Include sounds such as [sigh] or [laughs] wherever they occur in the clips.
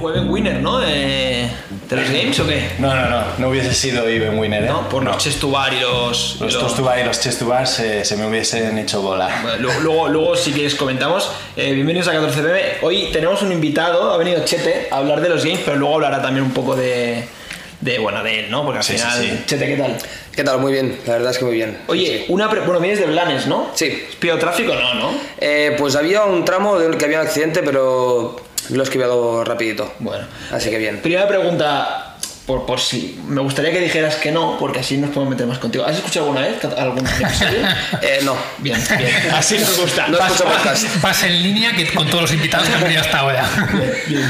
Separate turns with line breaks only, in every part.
jueves winner, ¿no? De, de los games o qué?
No, no, no, no hubiese sido Even Winner, ¿eh?
No, por los Chestubar y los. y
Los
los-
Tostubar y los Chestubar se, se me hubiesen hecho bola.
Bueno, lu- Luego, luego, si quieres, comentamos. Eh, bienvenidos a 14pm. Hoy tenemos un invitado, ha venido Chete a hablar de los games, pero luego hablará también un poco de. de bueno, de él, ¿no? Porque al
Sí, sí,
final.
sí.
Chete, ¿qué tal?
¿Qué tal? Muy bien, la verdad es que muy bien.
Oye, una. pre- bueno, vienes de Blanes, ¿no?
Sí.
Pío tráfico, no, ¿no?
Eh, pues había un tramo del que había un accidente, pero lo he esquivado rapidito.
Bueno.
Así que bien.
Primera pregunta, por, por si. Me gustaría que dijeras que no, porque así nos podemos meter más contigo. ¿Has escuchado alguna vez cat- algún episodio?
[laughs]
Eh, no.
bien, bien. Así nos gusta.
No escucho podcast.
Pasa en línea que con todos los invitados que han venido hasta ahora.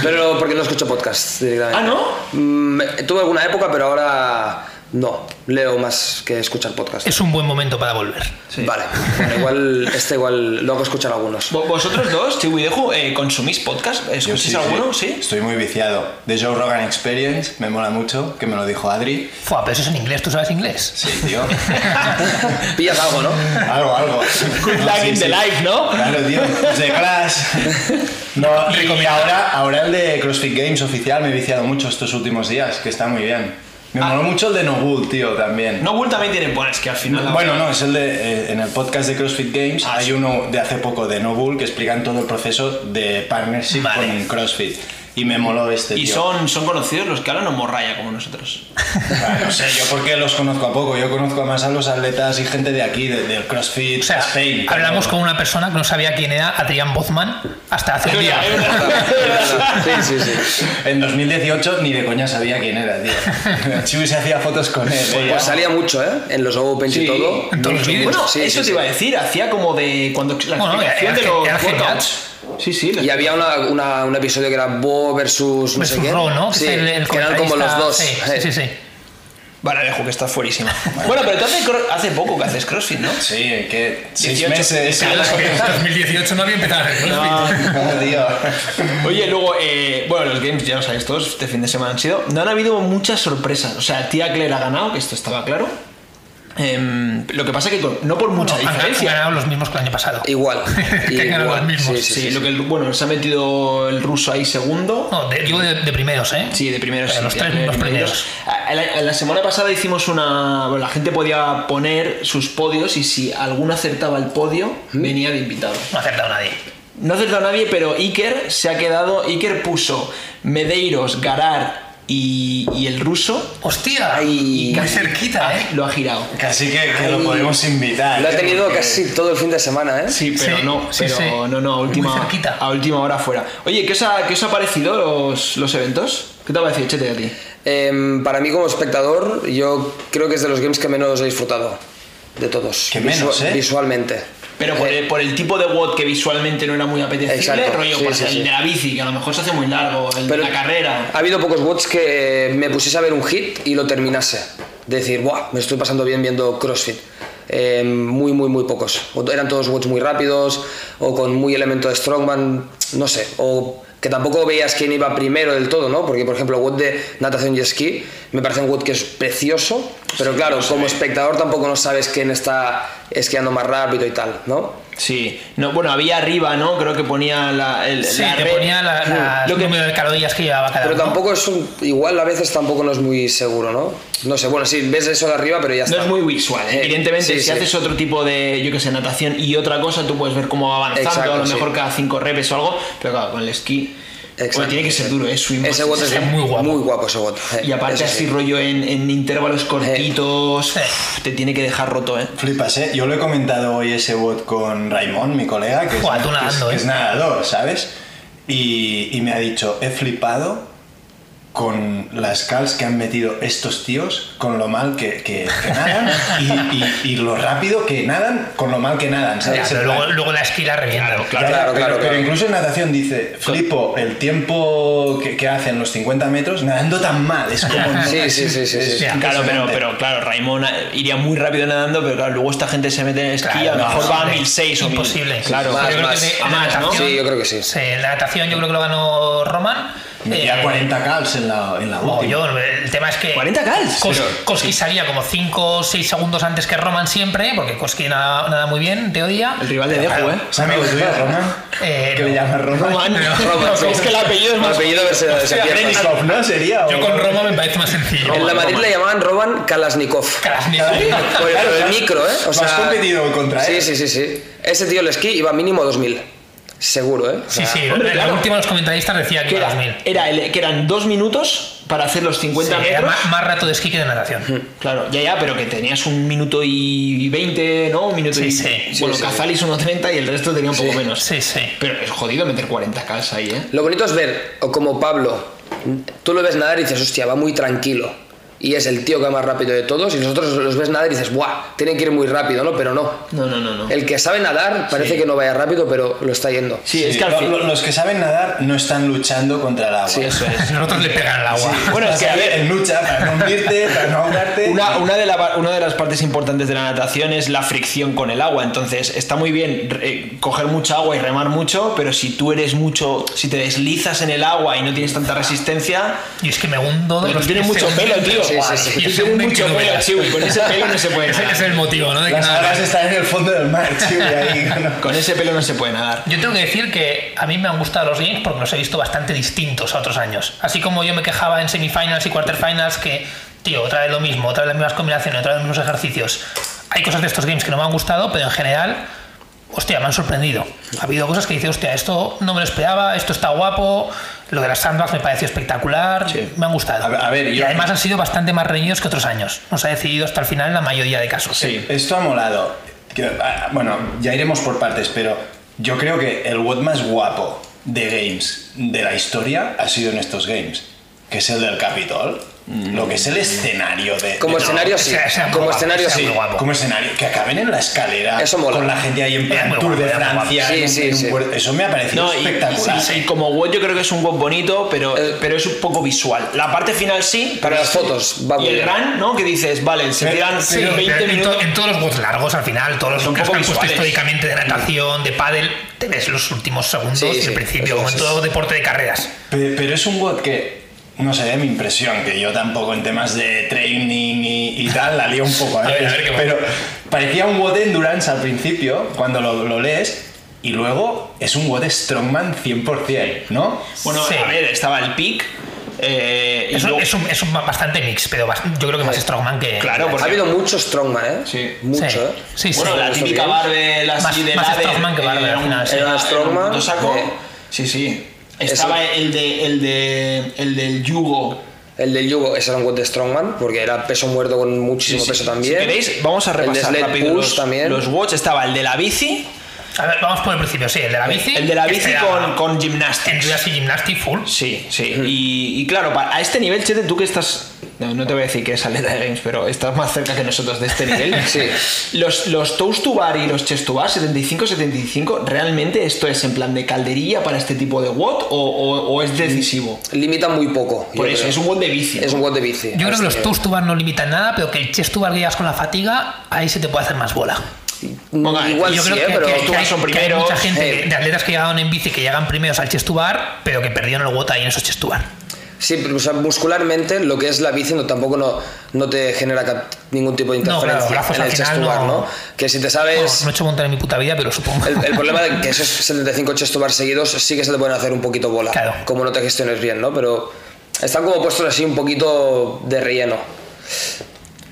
Pero porque no escucho podcast directamente.
Ah, ¿no?
Mm, tuve alguna época, pero ahora no. Leo más que escuchar podcast.
Es un buen momento para volver.
Sí.
Vale. Bueno, igual, este igual lo hago escuchar a algunos.
Vo- ¿Vosotros dos, Chibu y Deju, eh, consumís podcast?
Yo
¿Escucháis
sí, sí.
alguno? ¿Sí?
Estoy muy viciado. The Joe Rogan Experience, me mola mucho, que me lo dijo Adri.
Fua, pero eso es en inglés, ¿tú sabes inglés?
Sí,
[laughs]
tío.
Pillas algo, ¿no?
algo, algo.
Good
No,
luck
sí,
in the
sí.
life, ¿no?
Claro,
[laughs]
tío. The Clash. No, y ahora, ahora el de CrossFit Games oficial me he viciado mucho estos últimos días, que está muy bien. Me
Ah.
moló mucho el de No Bull, tío, también.
No, Bull también tiene buenas que al final.
Bueno, no, es el de. eh, en el podcast de CrossFit Games
Ah,
hay
sí.
uno de hace poco de No Bull que explican todo el proceso de partnership
Vale.
con CrossFit. Y me moló este.
Y
tío.
son, son conocidos los que hablan o morraya como nosotros.
Ah, No sé, yo porque los conozco a poco. Yo conozco más a los atletas y gente de aquí, de- del CrossFit,
O sea,
Spain.
hablamos
pero-
con una persona que no sabía quién era Adrián Bozman hasta hace un día.
Sí, sí, sí.
En 2018 ni de coña sabía quién era,
[laughs]
tío. Chibi se hacía fotos con él. ella.
Pues salía mucho, ¿eh? En los Opens y todo.
En todos los vídeos.
Bueno,
Sí,
eso
sí,
te
sí.
iba a decir, hacía como de. cuando la
Bueno,
explicación
era-
de
era-
los
era genial.
workouts. Sí, sí.
Y había una- una- un episodio que era Bo versus no
Versus
sé qué.
Raw, ¿no? Que
Sí,
es el- el
que eran como los
comentarista.
dos. eh,
Sí, sí, sí. sí.
Vale, Alejo, que estás fuerísima. bueno, pero tú hace, cro- hace poco que haces crossfit, ¿no?
Sí, que seis
18.
meses.
Claro,
algo.
En 2018 no había empezado a hacer crossfit.
No, [laughs] tío.
Oye, luego, eh, bueno, los games ya lo sabéis todos, este fin de semana han sido. No han habido muchas sorpresas. O sea, Tía Claire ha ganado, que esto estaba claro. Em, lo que pasa que con- no por mucha
Han- han
diferencia.
ganado los mismos que el año pasado.
Igual.
[laughs] Que han ganado
igual.
los mismos.
Sí,
sí, lo que el- bueno, se ha metido el ruso ahí segundo.
No, de- digo de, de primeros, ¿eh?
Sí, de primeros.
Pero
sí,
los
de
tres
primeros.
los primeros.
A- a La, a la semana pasada hicimos una. Bueno, la gente podía poner sus podios y si alguno acertaba el podio, venía de invitado.
No ha acertado nadie.
No ha acertado nadie, pero Iker se ha quedado. Iker puso Medeiros, Garar y, y el ruso. ah,
¡Hostia!
Ay.
Qué cerquita, ¿eh?
Lo ha girado.
Casi que, que lo
Ay.
podemos invitar.
Lo ha
tío,
tenido
porque-
casi todo el fin de semana, ¿eh?
Sí, pero
Sí,
no,
sí,
pero
sí.
no, no, a
Muy
última,
cerquita.
a última hora fuera. Oye, ¿qué os ha, qué os ha parecido los, los eventos? ¿Qué te ha parecido, Chete, a ti?
Em, para mí como espectador, yo creo que es de los games que menos he disfrutado. De todos.
Que menos, ¿eh?
Visualmente.
Pero por, el, por el tipo de WOD que visualmente no era muy apetecible,
Exacto,
rollo,
sí,
por
sí,
el
sí.
de la bici, que a lo mejor se hace muy largo, el de la carrera.
Ha habido pocos bots que eh, me pusiese a ver un hit y lo terminase. Decir, ¡buah! Me estoy pasando bien viendo CrossFit. Em, muy, muy, muy pocos. O eran todos bots muy rápidos o con muy elemento de Strongman, no sé. O que tampoco veías quién iba primero del todo, ¿no? Porque, por ejemplo, WOD de natación y esquí me parece un WOD que es precioso, pero claro, como espectador tampoco no sabes quién está esquiando más rápido y tal, ¿no?
Sí, no, bueno, había arriba, ¿no? Creo que ponía la, el,
Sí,
la
te
red.
ponía la, la-
Sí. Lo
el
que-
número de calorías que llevaba cada
Pero
uno.
tampoco es un... Igual a veces tampoco no es muy seguro, ¿no? No sé, bueno, sí, ves eso de arriba, pero ya está.
No es muy visual, ¿eh?
Eh,
evidentemente.
sí,
si
sí.
haces otro tipo de, yo que sé, natación y otra cosa, tú puedes ver cómo va avanzando,
Exacto,
a lo
sí.
mejor cada cinco reps o algo, pero claro, con el esquí.
Exacto.
Bueno, tiene que ser duro, ¿eh? Swim
Ese
más-
bot es
Está muy guapo.
Muy guapo ese bot. eh,
Y aparte,
eso
así
sí.
rollo en, en intervalos cortitos,
Eh.
uf, te tiene que dejar roto, ¿eh?
Flipas, ¿eh? Yo lo he comentado hoy ese bot con Raimón, mi colega, que, es,
Buah, tú
que es-
nadando,
que
¿eh?
es nadador, ¿sabes? Y, y me ha dicho, he flipado con las calls que han metido estos tíos, con lo mal que, que- que nadan y, y- y lo rápido que nadan, con lo mal que nadan,
Ya,
¿sabes?
pero
En
luego,
plan,
luego la esquila revienta.
ya,
claro,
pero,
claro,
pero
claro.
incluso en natación dice, flipo el tiempo que, que hacen los 50 metros nadando tan mal, es como... no-
[laughs] Sí, sí, sí, sí,
es
sí.
Ya.
Claro, pero,
impresionante.
pero claro, Raimón eh, iría muy rápido nadando, pero claro, luego esta gente se mete en el esquí,
Claro,
a lo
no,
mejor va a
hombre,
1006 o 1000.
imposible.
Claro,
Más,
yo creo
más.
que de-
A más, ¿no?
Sí, yo creo que sí.
Sí, la natación yo creo que lo ganó Roman.
Metía
Eh,
40 calls en la, en la última.
Mogollón, el tema es que.
40 calls.
Kos-
Pero-
Koski salía como 5 o 6 segundos antes que Roman siempre, porque Koski nada, nada muy bien, en teoría.
El rival de Dejo,
Claro.
¿eh?
¿Es amigo tuyo, Roman?
Eh,
¿Qué le
no.
llamas Roman?
[laughs]
Roman.
Roman,
[laughs] No, [laughs] es que el apellido es
El
más.
apellido se empieza.
Krennikov, ¿no? Sería. o-
Yo con Roma me parece más sencillo.
En la Madrid le llamaban Roman Kalashnikov.
Kalashnikov.
Por el, por el micro, ¿eh? O
¿Has
sea,
competido contra
Sí,
él?
sí, sí, sí. Ese tío el esquí iba mínimo 2000. Seguro, ¿eh? O
Sí,
sea,
sí,
hombre,
en la
claro.
última de los comentaristas decía que
Que,
era
era,
2000.
era el- que eran dos minutos para hacer los 50
Sí, era
metros.
más, más rato de esquí que de natación.
Claro, ya, ya, pero que tenías un minuto y 20, ¿no? Un minuto
Sí,
y.
sí.
bueno,
Sí, sí.
Cazalis 1.30 y el resto tenía un poco menos.
Sí, sí.
Pero es jodido meter 40 calls ahí, ¿eh?
Lo bonito es ver, o como Pablo, tú lo ves nadar y dices, hostia, va muy tranquilo. Y es el tío que va más rápido de todos. Y los otros los ves nadar y dices, ¡buah! Tienen que ir muy rápido, ¿no? Pero no.
No, no, no, no.
El que sabe nadar parece que no vaya rápido, pero lo está yendo.
Sí, es que al
Lo-
fin.
lo- los que saben nadar no están luchando contra el agua.
Sí, eso es.
Nosotros le pegan al agua.
Bueno, es que, a ver-
en lucha para no hundirte, para no
[laughs]
ahogarte.
Una, una de la- una de las partes importantes de la natación es la fricción con el agua. Entonces, está muy bien eh, coger mucha agua y remar mucho, pero si tú eres mucho, si te deslizas en el agua y no tienes tanta resistencia,
Y es que me hundo de
Pero
los
tiene
tres
mucho
segundos.
pelo, tío.
Sí, sí, sí.
Tú
Y es
tienes
un
mucho
veintinueve.
pelo, sí, güey, Con ese pelo no se puede
Ese es
nadar.
el motivo, ¿no? De que
Las
nada-
alas están en el fondo del
[laughs]
mar, chico, y ahí, ¿no?
Con ese pelo no se puede nadar.
Yo tengo que decir que a mí me han gustado los games porque los he visto bastante distintos a otros años. Así como yo me quejaba en semifinals y quarterfinals que, tío, otra vez lo mismo, otra vez las mismas combinaciones, otra vez los mismos ejercicios. Hay cosas de estos games que no me han gustado, pero en general, hostia, me han sorprendido. Ha habido cosas que dice, hostia, esto no me lo esperaba, esto está guapo, lo de las sandbags me pareció espectacular,
Sí.
me han gustado.
A ver- a ver,
y
yo-
además han sido bastante más reñidos que otros años. Nos ha decidido hasta el final en la mayoría de casos.
Sí.
Esto ha molado. Que, ah, Bueno, ya iremos por partes, pero yo creo que el WOD más guapo de games de la historia ha sido en estos games, que es el del Capitol. Lo que es
Mm.
el escenario de.
Como
de-
escenario, sí.
ese- ese era muy
Como
guapo,
escenario,
ese era
sí.
muy guapo.
Como escenario, que acaben en la escalera
Eso mola.
con la gente ahí en plan
Era muy
Tour de
guapo, era muy
Francia.
guapo.
en
Sí,
un- en
sí,
un
sí.
puerto. Eso me ha parecido
No, y-
espectacular.
y- y como WOD yo creo que es un WOD bonito, pero,
Eh.
pero es un poco visual. La parte final sí,
Para las
sí.
fotos va
Y
muy
el
bien.
gran, ¿no? Que dices, vale, se
Pero-
tiran
Sí, pero
20
en, to-
minutos.
en todos los juegos largos al final, todos
Son
los que
poco
han puesto
visuales. Mm.
históricamente de natación, de pádel, te ves los últimos segundos
Sí,
y
sí,
el principio,
eso
como
es.
en todo deporte de carreras.
Pe- Pero es un WOD que, no sé, de mi impresión, que yo tampoco en temas de training y, y tal la lío un poco.
[laughs] A ver, a ver qué pasa.
pero parecía un WOD endurance al principio, cuando lo, lo lees, y luego es un WOD strongman 100%, ¿no?
Bueno,
Sí.
a ver, estaba el pick. eh, y
Es un,
luego-
es un- es un ba- bastante mix, pero bas- yo creo que más Strongman que.
Claro,
Ha
porque.
habido mucho Strongman, ¿eh?
Sí.
Mucho,
Sí.
¿eh?
Sí, sí.
bueno, la
Eso
típica
bien.
Barbel así
Más-
de
más
Label,
Strongman que Barbel,
era
al
un-
final, sí.
era
Era
un
Strongman,
puto saco.
eh.
Sí, sí. Estaba el de el de el del yugo.
El del yugo, ese era un WOD de Strongman, porque era peso muerto con muchísimo
Sí, sí.
peso también.
Si queréis, vamos a
El de
repasar
Sled
rápido
Pulse
los,
también.
los watch. Estaba el de la bici,
A ver, vamos por el principio, sí, el de la bici.
el de la
que
bici
era
con, con gymnastics.
Endurance y Gymnastics full.
Sí, sí. Y, y claro, pa- a este nivel, Chete, tú que estás. No, no te voy a decir que eres atleta de games, pero estás más cerca que nosotros de este nivel.
[laughs] Sí.
Los, los toast to bar y los chest to bar 75-75, ¿realmente esto es en plan de calderilla para este tipo de WOT o, o- o es decisivo?
Limita muy poco. yo
Por eso,
creo.
es un WOT de bici. ¿no?
Es un WOD de bici.
Yo creo que los
Este-
toast to bar no limitan nada, pero que el chest to bar que llegas con la fatiga, ahí se te puede hacer más bola.
Ponga,
Igual
yo
sí,
creo
¿eh?
que,
Pero
que-
tú
que hay,
son
que hay
primeros,
mucha gente
eh.
que- de atletas que llegaron en bici que llegan primeros al chest to bar, pero que perdieron el gota ahí en esos chest to bar.
Sí, pero o sea, muscularmente lo que es la bici no, tampoco no, no te genera cap- ningún tipo de
No, claro,
interferencia
brazos
en el
al final
chestubar,
no-
¿no? Que si te
No,
sabes...
no he hecho montar en mi puta vida, pero supongo.
El, el problema de que esos 75 chestubar seguidos sí que se te pueden hacer un poquito bola,
Claro.
como no te gestiones bien, ¿no? Pero están como puestos así un poquito de relleno.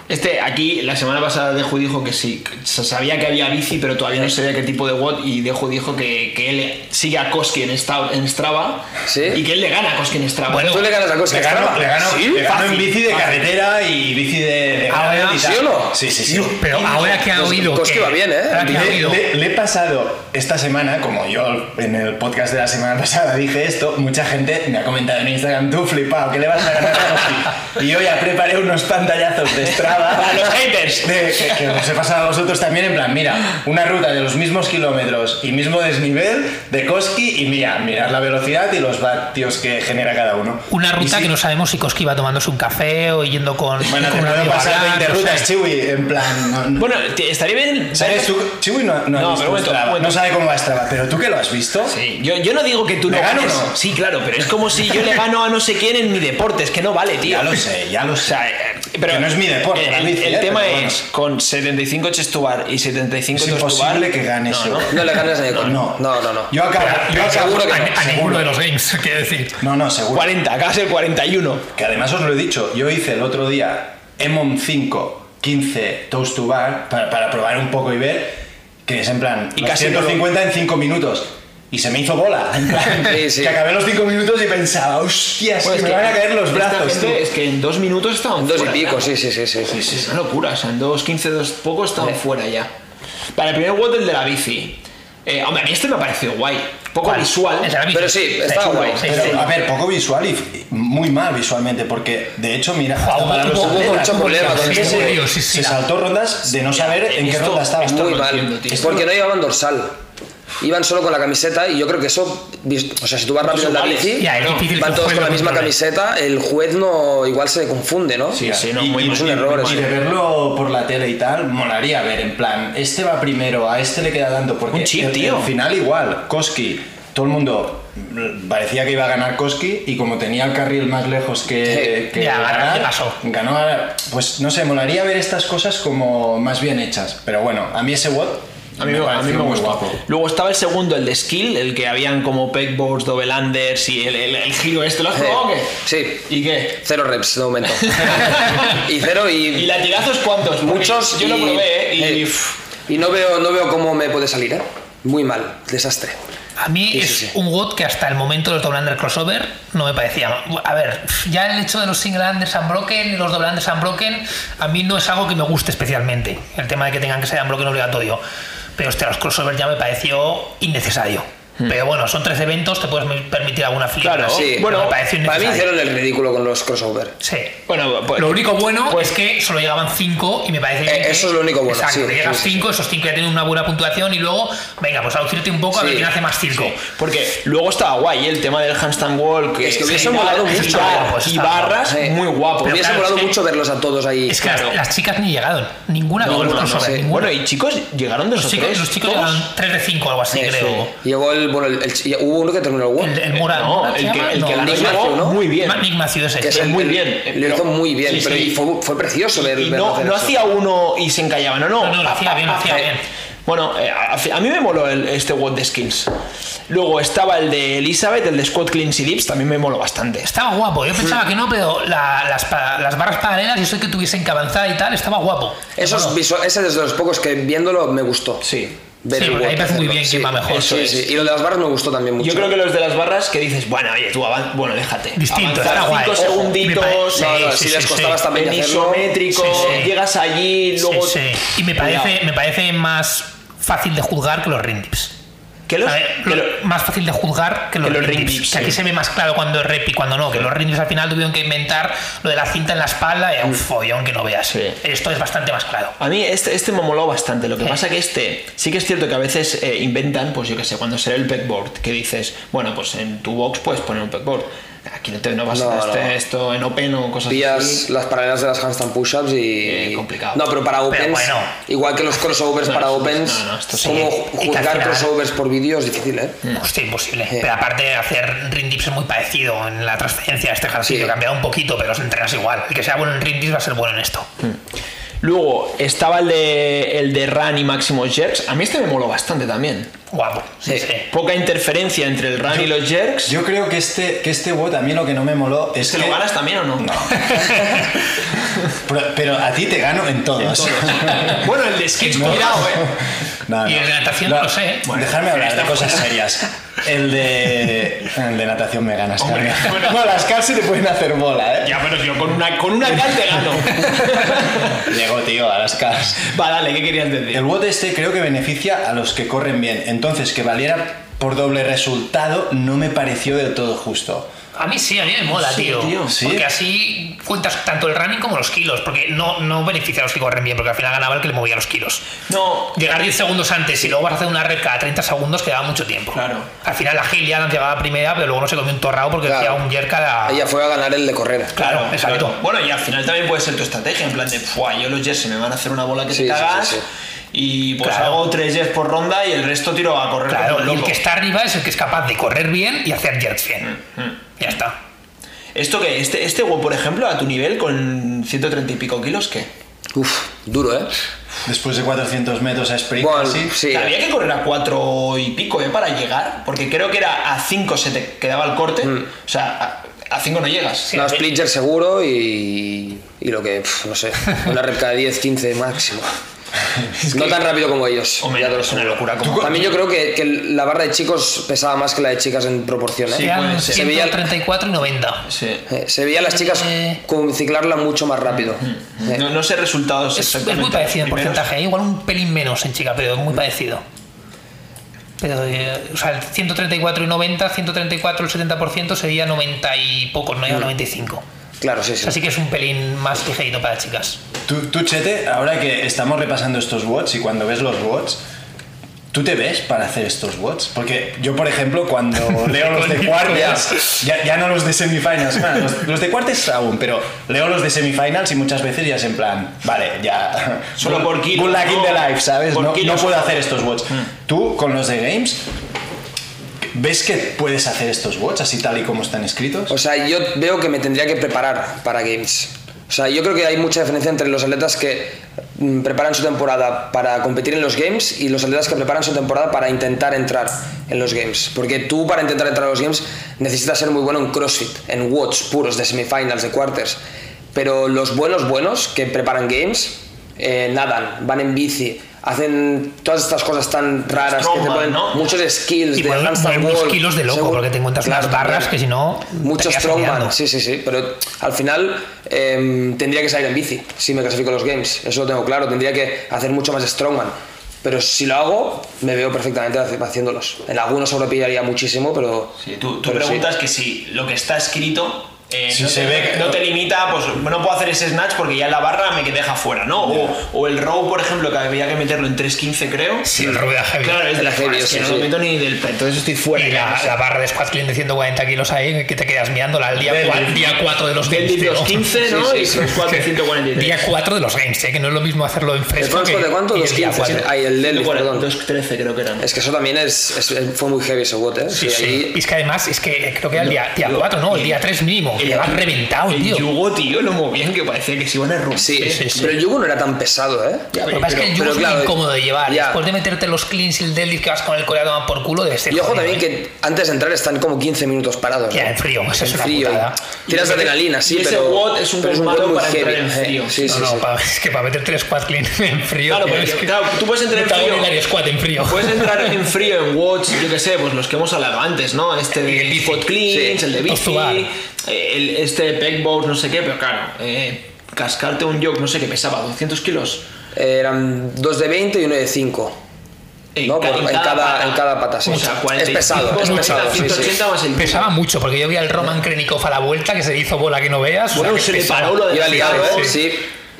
Este, aquí, la semana pasada Deju dijo que sí, que se sabía que había bici, pero todavía no sabía qué tipo de WOT, y Deju dijo que, que él sigue a Koski en, Sta- en Strava,
Sí.
y que él le gana a Koski en Strava.
Bueno,
Tú le ganas a Koski
Le
a
gano,
Strava.
le gano-
Sí,
le gano
fácil,
en bici de
fácil.
carretera y bici de, de
Ahora,
gravel y
Ah, ¿sí
tal.
o no?
Sí, sí, sí.
Tío, [laughs] pero ahora que ha
Pues,
oído
Koski
que,
va bien, ¿eh?
ahora que ha
Le,
oído
le- le he pasado esta semana, como yo en el podcast de la semana [laughs] pasada dije esto, mucha gente me ha comentado en Instagram, tú flipado, ¿qué le vas a ganar a Koski?". Y yo ya preparé unos pantallazos de Strava.
Para los haters.
de- que, que os he pasado a vosotros también, en plan, mira, una ruta de los mismos kilómetros y mismo desnivel de Koski y mira, mirad la velocidad y los vatios que genera cada uno.
una
Y
ruta
sí,
que no sabemos si Koski va tomándose un café o yendo con,
Bueno,
con
te
un
puede
amigo a
pasar
hablar,
20
no
cuentas, Chiwi, en plan. no- no-
Bueno, te- estaría bien.
¿Sabes tú? Chiwi no, no, ha
No,
visto
pero bueno,
Strava,
bueno.
no sabe cómo va Strava, pero tú que lo has visto.
Sí, yo, yo no digo que tú
¿Le
no
gano o
ganes.
no?
Sí, claro, pero es como si yo le gano a no sé quién en mi deporte. Es que no vale, tío.
Ya lo sé, ya lo
O
sé.
sea, eh, pero
Que no es mi deporte, la
El,
bici,
el
eh,
tema
pero bueno.
es con 75 Chestubar y 75
Es
Chestubar.
imposible que gane
No,
eso.
no.
No le ganas a Nikon.
No.
no, no. no.
Yo acabo. yo acabo-
seguro que
a,
no,
a ninguno de los games, [laughs] quiero decir.
No, no, seguro.
40, acabas el 41.
Que además os lo he dicho, yo hice el otro día Emon 5, 15 Toast to Bar para, para probar un poco y ver, que es en plan,
Y
los
casi
150 en 5 minutos. Y se me hizo bola,
[laughs]
en plan,
Sí, sí.
que acabé los 5 minutos y pensaba, hostias,
Pues
que
es
me
que
van a caer los
esta
brazos,
gente
tú.
Es que en dos minutos estaban
Dos y
fuera
pico,
ya.
sí, sí, sí, sí.
Sí, sí, es una locura. O sea, en dos, 15, dos poco estaban fuera ya. Para el primer Water de la bici. Eh, hombre, a mí este me pareció guay. Poco visual.
Es la bici.
Pero sí, estaba
chulo,
guay.
sí,
Pero,
sí.
a ver, poco visual y y muy mal visualmente, porque de hecho, mira, hasta
Joder,
para los
poco
atletas,
mucho problema con
se-
este
se-
tío, sí,
se
sí, la-
saltó rondas de no saber en qué
esto-
ronda estaba.
esto-
Muy
lo
mal.
entiendo, tío.
porque no llevaban dorsal. Iban solo con la camiseta y yo creo que eso, vis- o sea, si tú vas rápido en la
iguales.
bici,
Ya, es
No,
difícil que
van todos
juegue
con la misma
controle.
camiseta, el juez no igual se confunde, ¿no?
Sí,
sí, no,
y,
muy
y-
mal.
Es un error
y
eso.
de verlo por la tele y tal, molaría ver en plan, este va primero, a este le queda tanto, porque
Un chip,
el-
tío.
al final igual, Koski, todo el mundo mm, parecía que iba a ganar Koski y como tenía el carril más lejos que,
Sí.
que
Ya,
ganar,
¿qué pasó?
ganó a- pues no sé, molaría ver estas cosas como más bien hechas, pero bueno, a mí ese WOT
A mí, me- a mí
pareció
me
muy
gustó.
guapo.
Luego estaba el segundo, el de skill, el que habían como pegboards, double unders y el, el, el giro este. ¿Lo has
Sí.
probado o qué?
Eh, Sí.
¿Y qué?
Cero reps de
[laughs]
momento. y cero y,
¿Y latigazos cuántos? Porque
muchos.
Yo
y,
lo probé, ¿eh? Y.
eh,
pff,
y no veo, no veo cómo me puede salir, ¿eh? Muy mal, desastre.
A mí
Sí,
es
sí, sí.
un WOT que hasta el momento de los Double Under Crossover no me parecía. mal. A ver, ya el hecho de los Single Unders Unbroken y los Double Unders Unbroken, a mí no es algo que me guste especialmente. El tema de que tengan que ser Unbroken obligatorio. Pero hostia, los Crossover ya me pareció innecesario. Pero bueno, son 13 eventos, te puedes permitir alguna flip.
Claro,
¿no?
sí.
Pero
Bueno,
me pareció
Para mí
innecesario.
hicieron el ridículo con los crossover.
Sí.
Bueno, pues.
Lo único bueno
Pues-
es que solo llegaban 5 y me parece
Eh,
bien que-
eso es lo único bueno,
Exacto,
sí,
te llegas
sí, sí,
5, esos 5 ya tienen una buena puntuación y luego, venga, pues a lucirte un poco a ver
Sí.
quién hace más circo.
Porque luego estaba guay ¿eh? el tema del handstand wall. Que
Es que
se
hubiese
da-
molado
y
mucho.
bar-
Pues
Y
está
barras,
guapo, eh. sí.
muy guapo.
Me hubiese
claro,
molado
es que-
mucho verlos a todos ahí.
Es que
Claro.
las, las chicas ni llegaron, ninguna con los
Bueno, no
crossover,
sé.
ninguna.
Bueno, y chicos, llegaron dos
los
o
chicos,
tres.
los chicos
todos.
llegaron 3 de 5 o algo así,
Sí,
creo.
sí. Llegó el, bueno, el, el- y hubo uno que terminó el
El,
World.
el Mora,
Eh, No,
¿Mora Ah, se
el que,
llama?
el
No,
que la
Nick
hizo
Matthew, ¿no?
muy bien.
Nick Matthew ese.
que es
Pero
el-
muy
el-
bien, eh,
Lo hizo
pero-
muy bien,
sí,
pero
sí.
y fue, fue precioso ver.
Y
verlo
no,
hacer
no
eso.
hacía uno y se encallaba, no, no.
No, no, lo
Ah,
hacía
ah,
bien, lo
ah,
hacía
ah.
bien.
Bueno, eh, a, a mí me moló el- este WOD de skills. Luego estaba el de Elizabeth, el de Squad Cleans y Dips, también me moló bastante.
Estaba guapo, yo pensaba que no, pero la- las, pa- las barras paralelas y eso de que tuviesen que avanzar y tal, estaba guapo.
Eso es
Bueno,
visual- ese es de los pocos que viéndolo me gustó.
Sí.
Ver
Sí,
el
porque ahí
World
parece muy
hacerlo.
bien quién va mejor.
Sí,
Eso
sí.
es.
Y lo de las barras me gustó también mucho.
Yo creo que los de las barras que dices, bueno, oye, tú avanza, bueno, déjate.
Distinto,
Avanzar
está guay.
cinco
Ojo,
segunditos,
me parece-
no, no,
sí,
sí,
les
sí,
costaba
sí.
también
En
hacerlo.
isométrico,
Sí, sí.
llegas allí,
sí,
luego.
sí. Y me
Cuidado.
parece, me parece más fácil de juzgar que los rindips.
Que los-
A ver,
que
lo-
lo-
más fácil de juzgar que los,
que los
ring
ring
dips,
dips,
que aquí
sí.
se ve más claro cuando es rep y cuando no, que los ring dips al final tuvieron que inventar lo de la cinta en la espalda y era un follón que no veas.
Mm. Sí.
Esto es bastante más claro.
A mí este, este me moló bastante. Lo que
Sí.
pasa que este sí que es cierto que a veces eh, inventan, pues yo que sé, cuando será el pegboard, que dices, bueno, pues en tu box puedes poner un pegboard. Aquí no, te, no vas
No,
a este-
no.
esto en open o cosas
Pillas
así.
las paralelas de las handstand push-ups y.
Eh, complicado.
No, pero para opens.
bueno.
Igual que los
[laughs]
crossovers
No,
para
esto es-
opens.
no, no, esto es-
como
Sí, y que al
juzgar
final-
crossovers por vídeo es difícil, ¿eh?
Mm.
Hostia, imposible.
Sí.
Pero aparte, hacer ring dips es muy parecido en la transferencia de este ejercicio.
Sí.
Cambiado un poquito, pero los entrenas igual. El que sea bueno en ring dips va a ser bueno en esto.
Mm. Luego estaba el de, el de run y máximos jerks. A mí este me moló bastante también.
Guapo. Sí,
Sí.
sí.
Poca interferencia entre el run y los jerks.
Yo creo que este, que este WOT a mí lo que no me moló es
¿Se
que...
lo ganas también o no?
Pero, pero a ti te gano en todos.
[laughs] bueno, el de skills, cuidado, eh.
[laughs] No,
Y
no.
el de natación no lo sé.
Bueno, dejarme hablar de cosas serias. El de, el de natación me ganas.
Hombre,
Carmen. [laughs]
bueno.
No, las cal se te pueden hacer bola, ¿eh?
Ya, pero yo con una, con una cal te gano.
Llegó, tío, a las cars.
[laughs] Va, dale, ¿qué querías decir?
El WOD este creo que beneficia a los que corren bien. Entonces, que valiera por doble resultado no me pareció del todo justo.
A mí sí, a mí me mola,
Sí,
tío.
tío.
Sí.
Porque así cuentas tanto el running como los kilos. Porque no, no beneficia a los que corren bien, porque al final ganaba el que le movía los kilos.
No,
Llegar 10 segundos antes y luego vas a hacer una red cada 30 segundos quedaba mucho tiempo.
Claro.
Al final la Gil ya llegaba primera, pero luego no se comió un torrado porque
Claro.
hacía un jerk cada.
Ella fue a ganar el de correr.
Claro, exacto.
Bueno, y al final también puede ser tu estrategia, en plan de, "Fua, yo los jets se me van a hacer una bola que
Sí,
te
sí,
cagas.
sí, sí.
Y pues
Claro.
hago tres jets por ronda y el resto tiro a correr
Claro,
como un
y el
loco.
que está arriba es el que es capaz de correr bien y hacer jerks bien.
Mm,
Ya está.
Esto que, este, este güey, por ejemplo, a tu nivel con 130 y pico kilos, ¿qué?
Uf, duro, ¿eh?
Después de 400 metros a sprint,
Bueno,
así.
sí.
Había que correr a cuatro y pico, ¿eh? Para llegar, porque creo que era a 5 se te quedaba el corte.
Mm.
O sea, a- a 5 no llegas.
No, Splitter seguro y, y lo que,
[laughs]
pf, no sé, una red cada 10, 15 máximo. No tan rápido como ellos.
Hombre,
ya te lo
es una
aseguro.
locura como-
También yo creo que, que la barra de chicos pesaba más que la de chicas en proporción. ¿eh?
Sí,
Eran
puede ser. Se
veía-
134 y 90.
Sí.
Eh, se veía a las chicas
Eh.
con ciclarla mucho más rápido. Eh,
Mm, No, no sé resultados
Es, es
exactamente.
muy parecido en
primeros.
porcentaje, ¿eh? igual un pelín menos en chica, pero es muy parecido. Pero, eh, o sea, el 134 y 90, 134 el 70% sería 90 y pocos, no llega a
Mm.
95.
Claro, sí, sí.
Así que es un pelín más ligerito para chicas.
Tú, tú, Chete, ahora que estamos repasando estos watts y cuando ves los watts, ¿tú te ves para hacer estos watts? Porque yo, por ejemplo,
[laughs]
cuando leo los de cuartos, ya, ya no los de semifinals, bueno, los, los de cuartos aún, pero leo los de semifinals y muchas veces ya es en plan, vale, ya.
[laughs] Solo
good-
por kilos,
Good luck in the
¿no?
life, ¿sabes?
Por Mm.
No, no
kilos.
puedo hacer estos watts. Tú, con los de games. ¿Ves que puedes hacer estos watts así tal y como están escritos?
O sea, yo veo que me tendría que preparar para Games. O sea, yo creo que hay mucha diferencia entre los atletas que mm, preparan su temporada para competir en los Games y los atletas que preparan su temporada para intentar entrar en los Games. Porque tú para intentar entrar a los Games necesitas ser muy bueno en CrossFit, en watts puros, de semifinals, de quarters. Pero los buenos buenos que preparan Games eh, nadan, van en bici, hacen todas estas cosas tan raras que te
Strongman,
ponen
¿no?
muchos skills
Y
de
poner
handstand
unos
wall,
kilos de loco,
seguro.
porque te encuentras
Claro,
unas barras
también.
que si no. te
Muchos
quedas
strongman,
mirando.
sí, sí, sí, pero al final em, tendría que salir en bici si me clasifico en los games, eso lo tengo claro, tendría que hacer mucho más strongman, pero si lo hago me veo perfectamente haci- haciéndolos. En algunos sobrepillaría muchísimo, pero...
Sí, tú, tú
pero sí.
preguntas que si lo que está escrito eh,
Si
no,
se
te,
ve que-
no te limita, pues no puedo hacer ese snatch porque ya la barra me que- deja fuera, ¿no? O, o el row, por ejemplo, que había que meterlo en 3.15, creo.
Sí, el rueda heavy.
Claro, es
El
de
heavy,
es que
sí,
no
sí.
lo meto ni del. Entonces estoy fuera.
Y la,
ya,
la barra de squat clean de 140 kilos ahí, que te quedas mirándola al día,
Del-
cua- día 4 de los
Del
games. tío.
15, ¿no?
Sí, sí,
y
sí.
son 443.
Día 4 de los games, ¿eh? que no es lo mismo hacerlo en
¿El
fresco.
Franco
que-
de cuánto?
y el
Los
día
15, sí.
cuatro.
Ay, el del,
Bueno,
perdón.
2.13 creo que eran.
Es que eso también es, es- fue muy heavy ese bot, ¿eh?
Sí,
Y
sí.
ahí-
Y es que además, es que creo que era el día, día
Yo-
4, ¿no? El día 3 mínimo.
el-
Que vas reventado,
el
tío.
yugo, tío, lo movían que parecía que se iban a romper.
sí,
sí, sí.
pero el yugo no era tan pesado, ¿eh?
Ya, pero, es que el yugo
pero
es muy
claro,
incómodo de llevar.
ya.
Después de meterte los cleans y el deadlift que vas con el coreano a tomar por culo, debe ser.
Y ojo
jodido,
también
¿eh?
que antes de entrar están como 15 minutos parados.
Ya,
¿no?
en frío, eso es
En
una
frío,
putada.
y Tiras de
Y ese-
adrenalina, sí,
y ese
pero.
WOD es un
pero
WOD
WOD muy
para entrar en
eh,
frío.
Sí,
No,
sí,
no,
sí.
pa- [laughs] es que para meterte el squat clean en frío.
Claro,
tío,
porque,
es que-
claro, tú puedes entrar en
No te hago
frío.
ni el squat en frío.
Puedes entrar en frío en Watch, yo que sé, pues los que hemos hablado antes, ¿no? Este
Y el
de
bici.
Spot Cleans,
Sí.
el de Bici,
Tostubar.
el, este de Peg Bows, no sé qué, pero claro, eh, cascarte un yoke, no sé qué pesaba, 200 kilos.
Eh, Eran dos de 20 y uno de 5. No,
ca-
por- en cada- en cada pata, sí.
O sea,
Es
45,
pesado, es
90,
pesado, sí,
180
sí.
más el
Pesaba mucho, porque yo vi al Roman Krenikov a la vuelta que se hizo bola que no veas. o sea,
Bueno,
que
se le
pesaba.
paró lo de
Iba
la
ligado,
ciudad,
¿eh?
sí.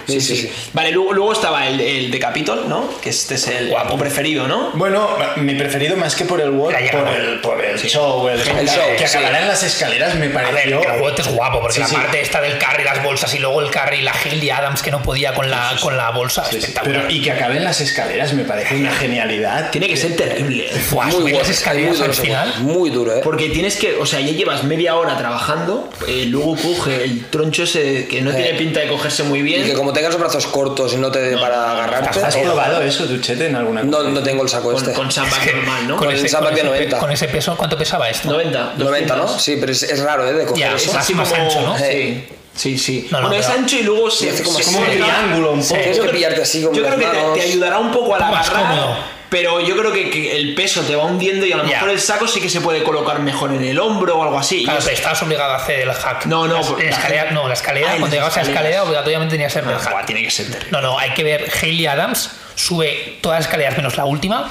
Sí. Sí, sí, sí.
Vale, luego, luego estaba el, el de Capitol, ¿no? Que este es el
Guapo.
guapo preferido, ¿no?
Bueno, mi preferido más que por el WOD,
La llegada.
por el, por el show, el,
El show,
que
sí.
acabará en las escaleras me
A ver,
pareció.
el robot es guapo, porque
Sí,
la
sí.
parte esta del carry, las bolsas y luego el carry, la Hill y Adams que no podía con la, con la bolsa.
Sí, sí,
espectacular.
pero y que acabe en las escaleras me parece una genialidad.
Tiene que ser terrible. ¿eh?
Buah, subir
guapo,
las
muy
escaleras al
duro, ese
final.
WOD, Muy duro, ¿eh?
Porque tienes que, o sea, ya llevas media hora trabajando, eh, luego coge el troncho ese que no tiene pinta de cogerse muy
Eh, Y
bien.
que como tengas los brazos cortos y no te dé para
¿Has
agarrarte. eh,
probado eso, Duchete, en alguna
No, no tengo el saco
con,
este.
con [laughs] sandbag
Es que
normal, ¿no?
con el Zapata
con,
de
ese, pe-
90.
con ese peso, ¿cuánto pesaba esto?
90.
90, ¿no?
200.
Sí, pero es, es raro, ¿eh? De coger
Ya,
eso.
Es
Más-
así
más
como...
ancho, ¿no?
Sí, sí, sí.
No, no,
bueno, es
pero-
ancho y luego se...
Y hace como-
se-
Como
se-
un triángulo un poco.
Tienes
Yo
que
creo-
pillarte así con
Yo
las
creo que te,
manos.
te ayudará un poco a la
Un poco más
barra,
cómodo.
pero yo creo que, que el peso te va hundiendo y a lo
Ya.
mejor el saco sí que se puede colocar mejor en el hombro o algo así.
Claro,
Y-
pero estabas obligado a hacer el hack.
No, no,
Las-
por-
la escalera, no, la escalera,
Ah, en las
cuando llegabas a la escalera,
escaleras. Ah,
obligatoriamente tenía que ser el hack.
Buah, tiene que ser terrible.
No, no, hay que ver Haley Adams sube todas las escaleras menos la última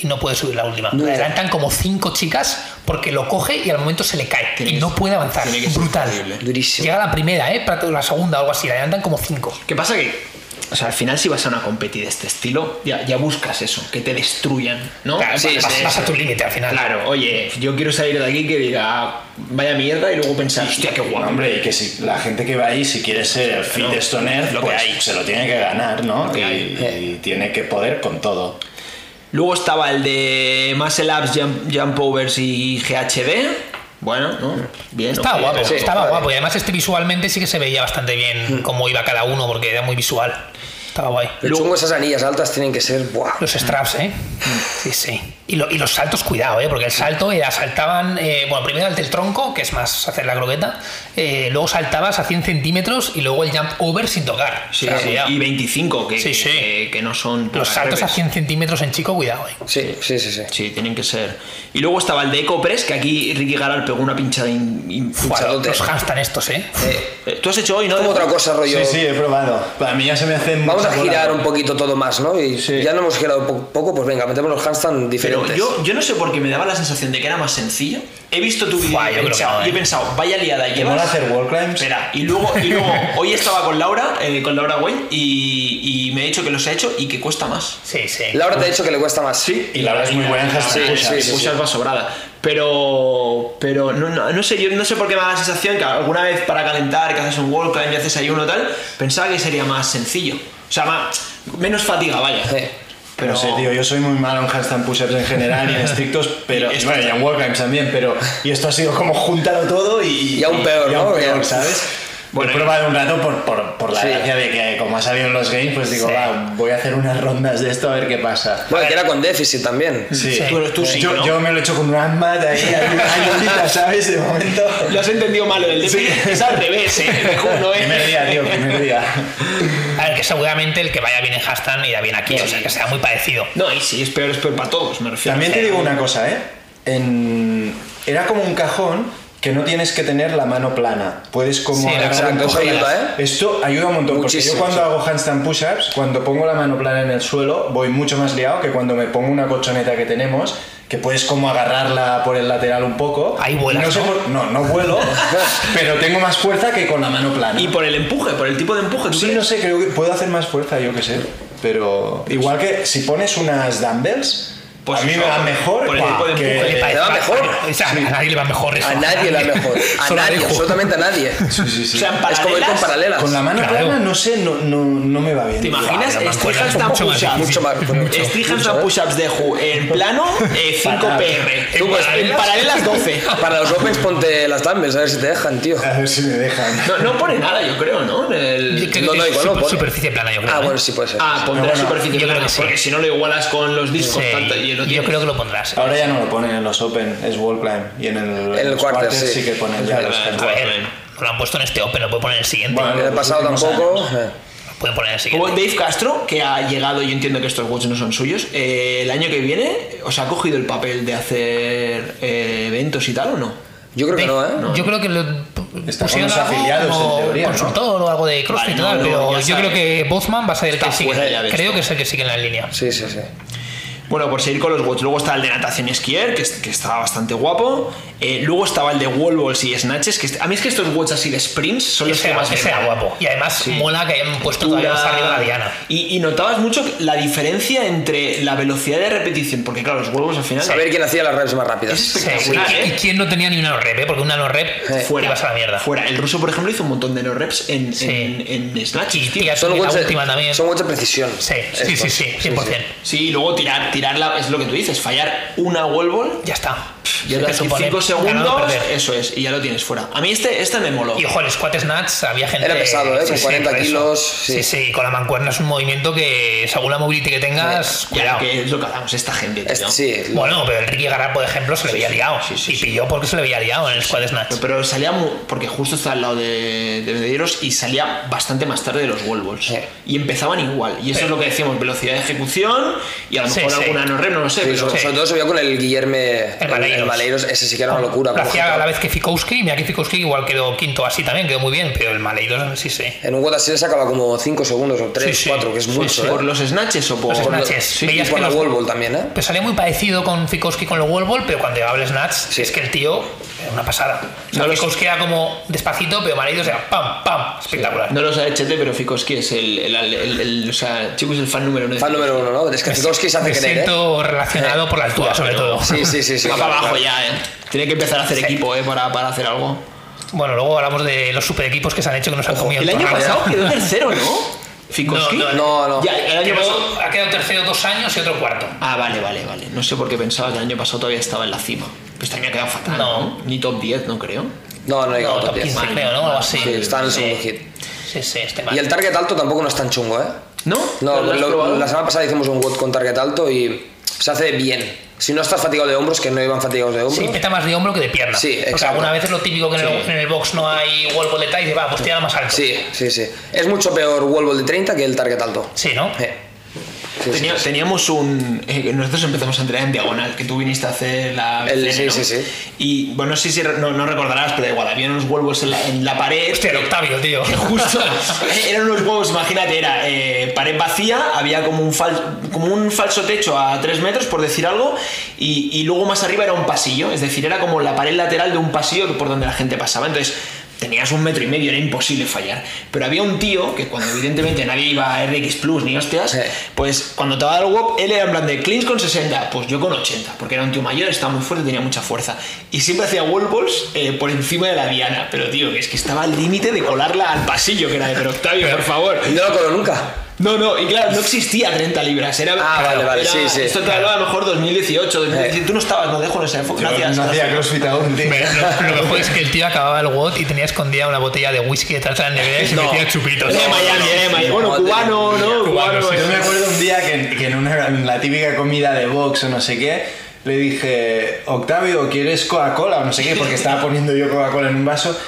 y no puede subir la última. Le adelantan como cinco chicas porque lo coge y al momento se le cae y no puede avanzar.
tiene que ser
Brutal.
increíble.
Durísimo.
Llega a la primera, ¿eh? Prácticamente La segunda o algo así, la levantan como cinco.
¿Qué pasa? Que, o sea, al final, si vas a una competi de este estilo, ya, ya buscas eso, que te destruyan, ¿no?
Claro,
Vas-
sí,
vas-
sí,
Vas a tu límite al final.
Claro, oye, yo quiero salir de aquí que diga, "Ah, vaya mierda, y luego pensar, hostia, qué guapo.
Hombre, y que si la gente que va ahí, si quiere ser el fit
Claro.
stoner,
Lo que
pues,
hay.
se lo tiene que ganar, ¿no?
que
y,
hay.
y tiene que poder con todo.
Luego estaba el de Muscle Ups, Jump, Jump Overs y GHD. Bueno, ¿no? Bien.
Estaba
ok,
guapo,
pero-
sí.
estaba
vale.
guapo. Y además este visualmente sí que se veía bastante
Mm.
bien cómo iba cada uno, porque era muy visual. Estaba guay.
Lo chungo esas anillas altas tienen que ser. ¡Buah!
Los straps, ¿eh? Sí, sí. Y, lo- y los saltos, cuidado, ¿eh? Porque el salto era, saltaban, eh, bueno, primero el del tronco, que es más hacer la croqueta, eh, luego saltabas a 100 centímetros y luego el jump over sin tocar.
Sí,
O sea,
sí,
cuidado.
y 25, que,
Sí, sí.
que, que no son.
Los
pocas
saltos a
breves.
100 centímetros en chico, cuidado, ¿eh?
Sí, sí, sí, sí.
Sí, tienen que ser. Y luego estaba el de Ecopress, que aquí Ricky Garal pegó una pinchada. in- in-
Buah,
Pinchadote.
los handstand estos, ¿eh?
Eh,
Eh, Tú has hecho hoy, ¿no?
como otra cosa, rollo.
Sí, sí, he probado. A mí ya se me hacen.
Vamos a
muchas
girar
bolas.
un poquito todo más, ¿no? Y
Sí.
ya no hemos girado po- poco, pues venga, metemos los handstand
Pero
diferentes.
yo, yo no sé por qué me daba la sensación de que era más sencillo. He visto tu video
Buah,
y, he
yo creo que
pensado-
no,
y he
eh.
pensado, vaya liada
¿Te
llevas.
mola hacer wall climbs?
Espera, y luego, y luego hoy estaba con Laura, eh, con Laura Wayne, y, y me ha dicho que los ha hecho y que cuesta más.
Sí, sí.
Laura te ha dicho que le cuesta más.
Sí,
Y la verdad es muy buena en
Sí,
hashtag
sí,
push-ups.
sí, sí.
Pushas va sobrada. Pero, pero no, no, no sé, yo no sé por qué me da la sensación que alguna vez para calentar, que haces un walk y haces ahí uno tal, pensaba que sería más sencillo. O sea, más, menos fatiga, vaya.
Sí.
Pero
No sé, tío, yo soy muy malo en handstand push-ups en general y en estrictos, pero. Y bueno, y en wall climbs también, pero. Y esto ha sido como juntarlo todo y.
Y aún peor,
y aún
¿no?
peor,
Ya.
¿sabes?
Bueno,
Bueno, he probado un rato por, por, por la
Sí.
gracia de que, como ha salido en los games, pues digo,
Sí.
va, voy a hacer unas rondas de esto a ver qué pasa.
Bueno, que era con déficit también.
Sí,
Sí.
Tú- tú sí,
yo,
¿no?
yo me lo he hecho con un handmat ahí, ayudita, ¿sabes? De momento.
Lo has entendido mal, el de es al revés,
[laughs]
eh. Te juro, eh.
Primer día, tío, primer día.
A ver, que seguramente el que vaya bien en handstand irá bien aquí, o sea, que sea muy parecido.
No, y sí, es peor, es peor para todos, me refiero.
También te digo una cosa, ¿eh? En- Era como un cajón que no tienes que tener la mano plana. Puedes como...
Sí,
agarrar
exacto, eso
cojeras.
ayuda, ¿eh?
Esto ayuda un montón,
Muchísimo,
porque
sí.
yo cuando hago handstand push-ups, cuando pongo la mano plana en el suelo, voy mucho más liado que cuando me pongo una colchoneta que tenemos, que puedes como agarrarla por el lateral un poco.
Ahí vuelas,
Y no, sé
¿no?
por- no, no vuelo,
[laughs]
pero tengo más fuerza que con la mano plana.
Y por el empuje, por el tipo de empuje, ¿tú
Sí,
crees?
no sé, creo que puedo hacer más fuerza, yo que sé. Pero igual que si pones unas dumbbells,
Pues
a mí
eso,
me va mejor
por el
guau,
tipo de
que-
empuje.
Le
Eh, ¿le va mejor?
O sea, a nadie le va mejor eso.
A nadie la
[laughs]
mejor. A
Solo
nadie,
dijo.
absolutamente a nadie.
Sí, sí, sí.
O sea, en
Es como ir con
paralelas,
paralelas.
Con la mano
Claro.
plana, no sé, no, no, no me va bien.
¿Te imaginas?
Claro,
Estoy
mancuernas son
handstand
mucho más
push-ups.
Mucho más. mucho,
Estoy
mucho,
handstand
¿eh?
push-ups de Ju en plano eh, 5
Fatal.
PR.
Tú,
En,
pues,
pa- en paralelas 12.
Para los opens ponte las dumbbells, a ver si te dejan, tío.
A ver si me dejan.
No, no pone nada, yo creo, ¿no? En
Yo
El...
creo
No,
que
no,
es
igual no
super-
pone.
superficie plana, yo creo.
Ah,
¿eh?
bueno, sí puede ser.
Ah,
Pero
pondrá
bueno,
superficie
yo creo
plana,
que sí.
porque si no lo igualas con los discos
Sí,
tanto, y lo
yo
tienes. Ah,
creo que lo pondrás.
Ahora ya no lo ponen en los Open, es wall climb. Y en el, en
El
los
quarter, sí.
sí que ponen ya los
verdad,
A
handstand.
es
ver, no lo han puesto en este Open, lo pueden poner en el siguiente.
Bueno, pues
En el
los
pasado
últimos
tampoco.
años.
eh.
Lo pueden poner en el
Como
siguiente.
Dave Castro, que ha llegado, yo entiendo que estos watts no son suyos, eh, el año que viene, ¿os ha cogido el papel de hacer eh, eventos y tal o no?
Yo creo que no, ¿eh?
Yo creo que lo
Está con
pusieron
los
algo
afiliados,
como
en teoría, ¿no?
consultor o algo de CrossFit
Vale,
y
no,
tal,
no,
pero
ya
yo
sabe.
creo que Bozman va a ser el
Está
que sigue.
fuera ya de
Creo
esto.
que es el que sigue en la línea.
Sí, sí, sí.
Bueno, por seguir con los watts, luego está el de natación y esquier, que, es- que estaba bastante guapo. Eh, luego estaba el de wall balls y snatches, que est- a mí es que estos watts así de sprints son los
Ese
que más me
sea
molan.
guapo. Y además mola que hayan puesto todavía más arriba la diana.
Y, y notabas mucho la diferencia entre la velocidad de repetición, porque claro, los wall balls al final... eh,
Saber quién hacía las reps más rápidas.
Es espectacular,
Sí, y- y
¿eh?
quién no tenía ni una no rep, ¿eh? porque una no rep
Eh,
Fuera,
ibas a la mierda.
fuera. El ruso, por ejemplo, hizo un montón de no reps en,
Sí.
en, en snatches,
Y
tío.
tías,
Son
y la
watts de-
última también.
son watts de precisión.
Sí, sí, sí,
Estos.
sí, 100%.
Sí, y luego tirar, tirar la, es lo que tú dices, fallar una wall ball,
Ya está.
ya
Te
te
supone
5
ganar o
segundos,
perder.
eso es, y ya lo tienes fuera. A mí este, este me moló.
Y ojo, el squat snatch había gente.
Era pesado, ¿eh? Con 40
por eso.
kilos, sí.
Sí. sí, con la mancuerna es un movimiento que, según la movilidad que tengas,
Ya,
cuidado.
que es lo que hablamos, esta gente. tío.
Este, sí, lo-
Bueno, pero el Ricky Garar, por ejemplo, se le veía
sí,
liado.
sí, sí,
y
sí.
pilló porque se le veía liado en el squat snatch.
Pero, pero salía mu- porque justo está al lado de, de Medeiros y salía bastante más tarde de los wall balls.
Sí.
Y empezaban igual. Y eso es lo que decíamos, velocidad de ejecución y a lo
Sí,
mejor
sí.
alguna no rem, no lo sé.
sí,
pero
sobre,
sí.
sobre todo se veía con el Guillerme.
El malagueño, Valeiros.
El Valeiros, ese sí que era una
Bueno,
locura.
lo
como
hacía Oh, a
Jota.
la vez que Fikowski, mira que Fikowski igual quedó quinto así también, quedó muy bien, pero el Maleiros sí, sí.
En un Watasir sacaba como 5 segundos o 3,
Sí, sí.
4, que es
Sí,
mucho.
sí.
¿eh?
¿Por los snatches o por...?
Los snatches.
Sí,
Y
Veías
por
que
la
los-
Wall Ball también, ¿eh?
Pues salía muy parecido con Fikowski con los wall ball, pero cuando llegaba el snatch,
Sí.
es que el tío era una pasada. O sea,
No lo
Fikowski era como despacito, pero Maleiros era pam, pam, espectacular.
No lo sabe Chete, pero Fikoski es el, el, el- el- O sea, Chico es el fan número uno. de
Fan número uno, ¿no? Es que Fikowski se hace
Me
creer, ¿eh?
siento relacionado por la altura, sobre todo.
Sí, sí, sí. sí
Va
claro,
para abajo
claro.
ya, eh. Tiene que empezar a hacer equipo, eh, para, para hacer algo.
Bueno, luego hablamos de los super equipos que se han hecho que nos han comido
El
el
año
programa.
pasado quedó tercero, ¿no? Fikoski.
No,
no, no.
Ya, el año
Quedó-
pasado.
[laughs] ha quedado tercero dos años y otro cuarto.
Ah, vale, vale, vale. No sé por qué pensaba que el año pasado todavía estaba en la cima. Pues también ha quedado fatal.
No.
No. Ni top 10, no creo.
No, no he llegado
No,
a
top 15 creo, ¿no? Algo así.
Sí, está en el
Sí.
segundo hit.
Sí, sí, este mal.
Y el target alto tampoco no es tan chungo, ¿eh?
¿No?
No,
¿Lo has
lo-
probado?
la semana pasada hicimos un WOD con target alto y se hace bien. Si no estás fatigado de hombros, que no iban fatigados de
Sí,
hombros.
peta más de hombro que de pierna.
Sí,
Porque
exacto.
alguna vez es lo típico que en, el, en el box no hay wall ball de tal y dices, va, pues tira más alto.
Sí, sí, sí. Es mucho peor wall ball de 30 que el target alto.
Sí, ¿no?
Eh. Sí, sí,
Tenía-
sí.
teníamos un. eh, nosotros empezamos a entrenar en diagonal, que tú viniste a hacer la.
El-
BCN,
sí,
¿no?
sí, sí.
Y bueno, no sé si re- no, no recordarás, pero da igual, había unos huevos en la, en la pared.
Hostia, el Octavio,
[laughs]
tío. [laughs]
que Justo, eran unos huevos, imagínate, era eh, pared vacía, había como un, fal- como un falso techo a 3 metros, por decir algo, y, y luego más arriba era un pasillo, es decir, era como la pared lateral de un pasillo que- por donde la gente pasaba. Entonces, tenías un metro y medio, era imposible fallar. Pero había un tío que, cuando evidentemente nadie iba a RX Plus ni hostias,
Sí.
pues cuando te va el WOP, él era en plan de clinch con 60, pues yo con 80, porque era un tío mayor, estaba muy fuerte, tenía mucha fuerza. Y siempre hacía wall balls eh, por encima de la diana, pero tío, que es que estaba al límite de colarla al pasillo, que era de, pero Octavio, por favor.
Y no lo coló nunca.
No, no, y claro, no existía 30 libras, era...
Ah, vale, vale,
era-
sí, sí. Eh.
Esto te hablaba a lo mejor 2018, 2017, tú no estabas, no dejo, no sé, fue- gracias.
no hacía crossfit aún, tío.
Pero Lo, lo mejor es que el tío acababa el WOD y tenía escondida una botella de whisky detrás de la nevera y se metía chupitos.
Era de Eh, Miami, era de Miami. Bueno,
Madre
cubano, ¿no?
Cubano,
Cubano,
sí.
eh.
Yo me acuerdo un día que, que en, una, en la típica comida de box o no sé qué, le dije, Octavio, ¿quieres Coca-Cola o no sé qué? Porque estaba poniendo yo Coca-Cola en un vaso.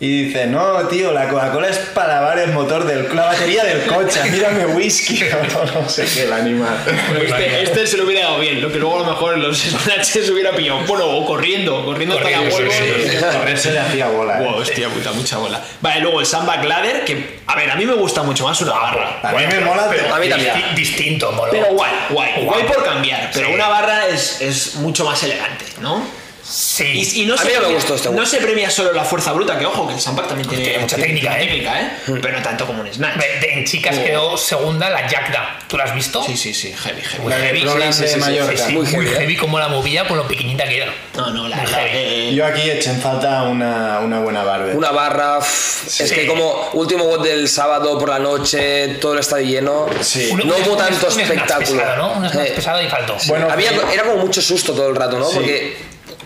Y dice, no, tío, la Coca-Cola es para lavar el motor, del, la batería del coche, mírame whisky [laughs] o no sé qué, el animal.
Este,
Vale.
este se lo hubiera dado bien, lo que luego a lo mejor los [laughs] snatches hubiera pillado. Bueno, o corriendo, corriendo hasta la
Corriendo,
Wolves.
sí, sí,
Correrse le hacía bola. ¿eh?
Wow, hostia puta, mucha bola. Vale, luego el sandbag ladder, que a ver, a mí me gusta mucho más una barra.
A mí me mola, pero
A mí también.
Disti- distinto, molo.
Pero guay, guay, guay por cambiar, pero
Sí.
una barra es, es mucho más elegante, ¿no?
Sí.
Y, y no,
A
se
mí no me
premia,
gustó este
no
guay.
se premia solo la fuerza bruta, que ojo, que el sandbag también tiene,
Tiene mucha técnica, ¿eh?
¿eh? Pero no tanto como un snatch.
Ve- de- en chicas
Oh.
quedó segunda la Jackda. ¿Tú la has visto?
Sí, sí, sí, heavy, heavy.
Muy heavy.
Roland
sí, sí,
de
sí,
Mallorca.
Sí, sí,
Muy
muy,
heavy,
heavy,
¿eh?
como la movía, por lo pequeñita que era.
No, no, la,
Muy
la-
heavy.
eh,
Yo aquí eché en falta una, una buena barbe.
Una barra. uff, Es que como último WOD del sábado por la noche, todo el estadio lleno.
Sí.
Un-
No
un-
hubo
un-
tanto
un snatch
espectáculo.
pesado, ¿no? Un snatch
Eh,
pesado y faltó.
Bueno,
Había,
sí.
era como mucho susto todo el rato, ¿no?
Sí.
Porque,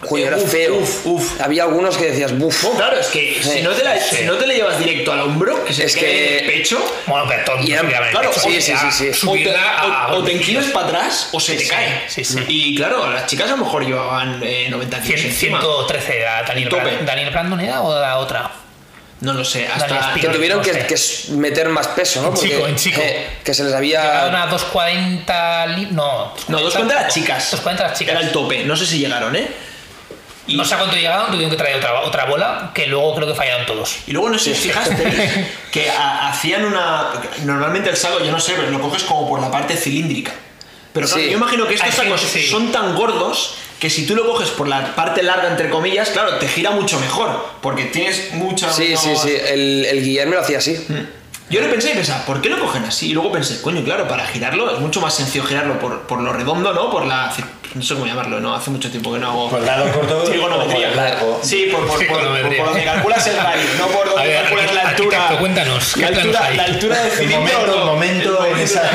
coño, era
Uf,
feo.
uf, uf.
Había algunos que decías, buf.
No, claro, es que si no te la, si no te la llevas directo al hombro, que se
Es
te quede
que-
en el pecho,
Bueno, que todo el mundo
Y eran-
quería ver el
claro,
pecho,
sí,
o
sí,
sea,
sí, sí.
o te,
subirla a-
o- o te enquilas para atrás o se te
sí,
cae.
sí, sí.
Y claro, las chicas a lo mejor llevaban eh, 90 kilos
Cien-
encima.
113 era Daniel,
Tope.
Brand- Daniel Brandon era o la otra.
No lo sé,
Dale,
hasta...
Que
aspira.
tuvieron
No
que,
sé.
que s- meter más peso, ¿no? eh,
En chico, en chico.
que se les
Llegaron
había.
a 240 li- No,
No, dos cuentas las chicas.
240 las chicas.
Era el tope, no sé si llegaron, ¿eh? Y,
No sé a cuánto llegaron, tuvieron que traer otra, otra bola que luego creo que fallaron todos.
y luego no sé si os
[laughs]
fijasteis que ha- hacían una... porque Normalmente el saco, yo no sé, pero lo coges como por la parte cilíndrica. Pero claro,
Sí.
yo imagino que estos
Hay gente-
sacos
sí.
son tan gordos que si tú lo coges por la parte larga, entre comillas, claro, te gira mucho mejor, porque tienes mucha...
Sí, sí, sí. El, el Guillermo lo hacía así.
Mm.
Yo lo pensé y pensaba, ¿por qué lo cogen así? Y luego pensé, coño, claro, para girarlo es mucho más sencillo girarlo por, por lo redondo, ¿no? Por la. cir- No sé cómo llamarlo, ¿no? Hace mucho tiempo que no hago.
Por el lado corto
Trigonometría.
o por el largo.
Sí, por, por, por,
Trigonometría.
por donde calculas el radio, no por donde
A ver,
calculas la
arquitecto,
altura.
cuéntanos, ¿qué
la
planos
altura,
hay?
la altura del
El
cilindro.
momento,
no.
el momento en esa-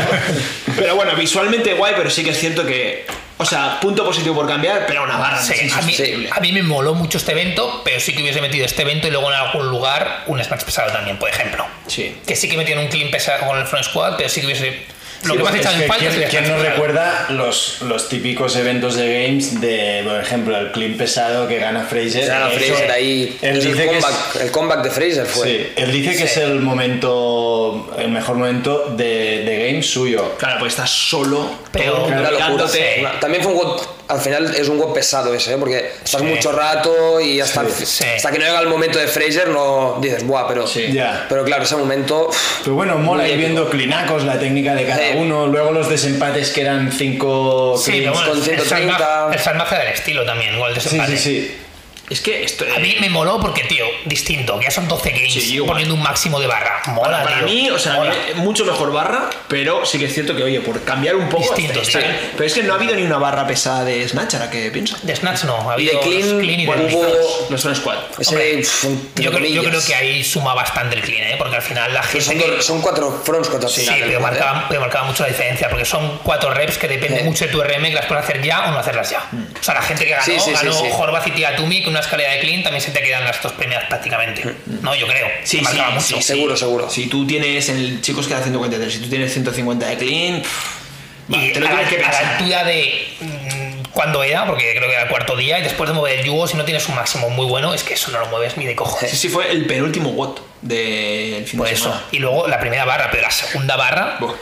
Pero bueno, visualmente guay, pero sí que es cierto que. O sea, punto positivo por cambiar, pero una barra.
Sí,
Ah, sí, sí,
a, mí,
sí.
a mí me moló mucho este evento, pero sí que hubiese metido este evento y luego en algún lugar un snatch pesado también, por ejemplo.
Sí.
Que sí que metieron un clean pesado con el front squad, pero sí que hubiese. Lo que más
Es
echado en
que
falta es
¿Quién,
el
quién
snatch
no
pesado.
recuerda los, los típicos eventos de games de, por ejemplo, el clean pesado que gana Fraser?
Era
Eso-
Fraser ahí.
Él
El
dice que es-
comeback, pues. el comeback de Fraser fue.
sí, él dice que es el momento, el mejor momento de, de game suyo.
Claro, pues estás solo,
Pero-
todo
Claro,
Una locura.
mirándote.
Una- También fue un WOD al final es un WOD pesado ese, ¿eh? porque estás mucho rato y hasta,
Sí.
el-
Sí.
hasta que no llega el momento de Fraser no dices, buah, pero,
Sí.
Ya.
pero claro, ese momento...
Pero bueno, mola
Muy
ir viendo clinacos, la técnica de cada
Sí.
uno, luego los desempates que eran cinco
Sí,
cleans.
pero bueno,
con
el
130.
salvaje, el salvaje del estilo también, igual de
sí, sí, sí.
Es que esto. eh,
A mí me moló porque, tío, distinto, ya son 12 games
Sí, igual.
poniendo un máximo de barra. Mola,
para
tío.
mí, o sea,
Mola.
eh, mucho mejor barra, pero sí que es cierto que, oye, por cambiar un poco.
Distinto,
está
sí.
bien. Pero es que no ha habido ni una barra pesada de Snatch, ahora que pienso.
De Snatch no, ha
Y
habido
de
los
Clean,
clean y de
hubo-
Blizzard.
Los son squad.
ese,
Hombre,
pf, entre
yo, creo, yo creo
comillas.
que ahí suma bastante el clean, ¿eh? porque al final la
Pero
gente.
son,
que-
dos- son cuatro fronts, cuatro
Sí,
finales, ¿eh?
pero
¿vale?
marcaba, pero marcaba mucho la diferencia, porque son cuatro reps que depende
Sí. Mm.
mucho de tu RM que las puedes hacer ya o no hacerlas ya. O sea, la gente que ganó,
Sí, sí, sí,
ganó
sí.
Horvath y Tiatumi con una escalera de clean, también se te quedan las dos primeras prácticamente.
Mm.
No, yo creo.
Sí,
que marcaba
sí,
mucho.
sí, sí.
Seguro, seguro.
Si tú tienes el chicos que da 143, si tú tienes 150 de clean, pff, va,
Y
te lo
a, la,
tienes que
a la
pensar.
altura de mm, cuando era, porque creo que era el cuarto día, y después de mover el yugo, si no tienes un máximo muy bueno, es que eso no lo mueves ni de cojones.
Sí, sí, fue el penúltimo WOT del fin
Por
de
Pues eso.
semana.
Y luego la primera barra, pero la segunda barra,
Buah.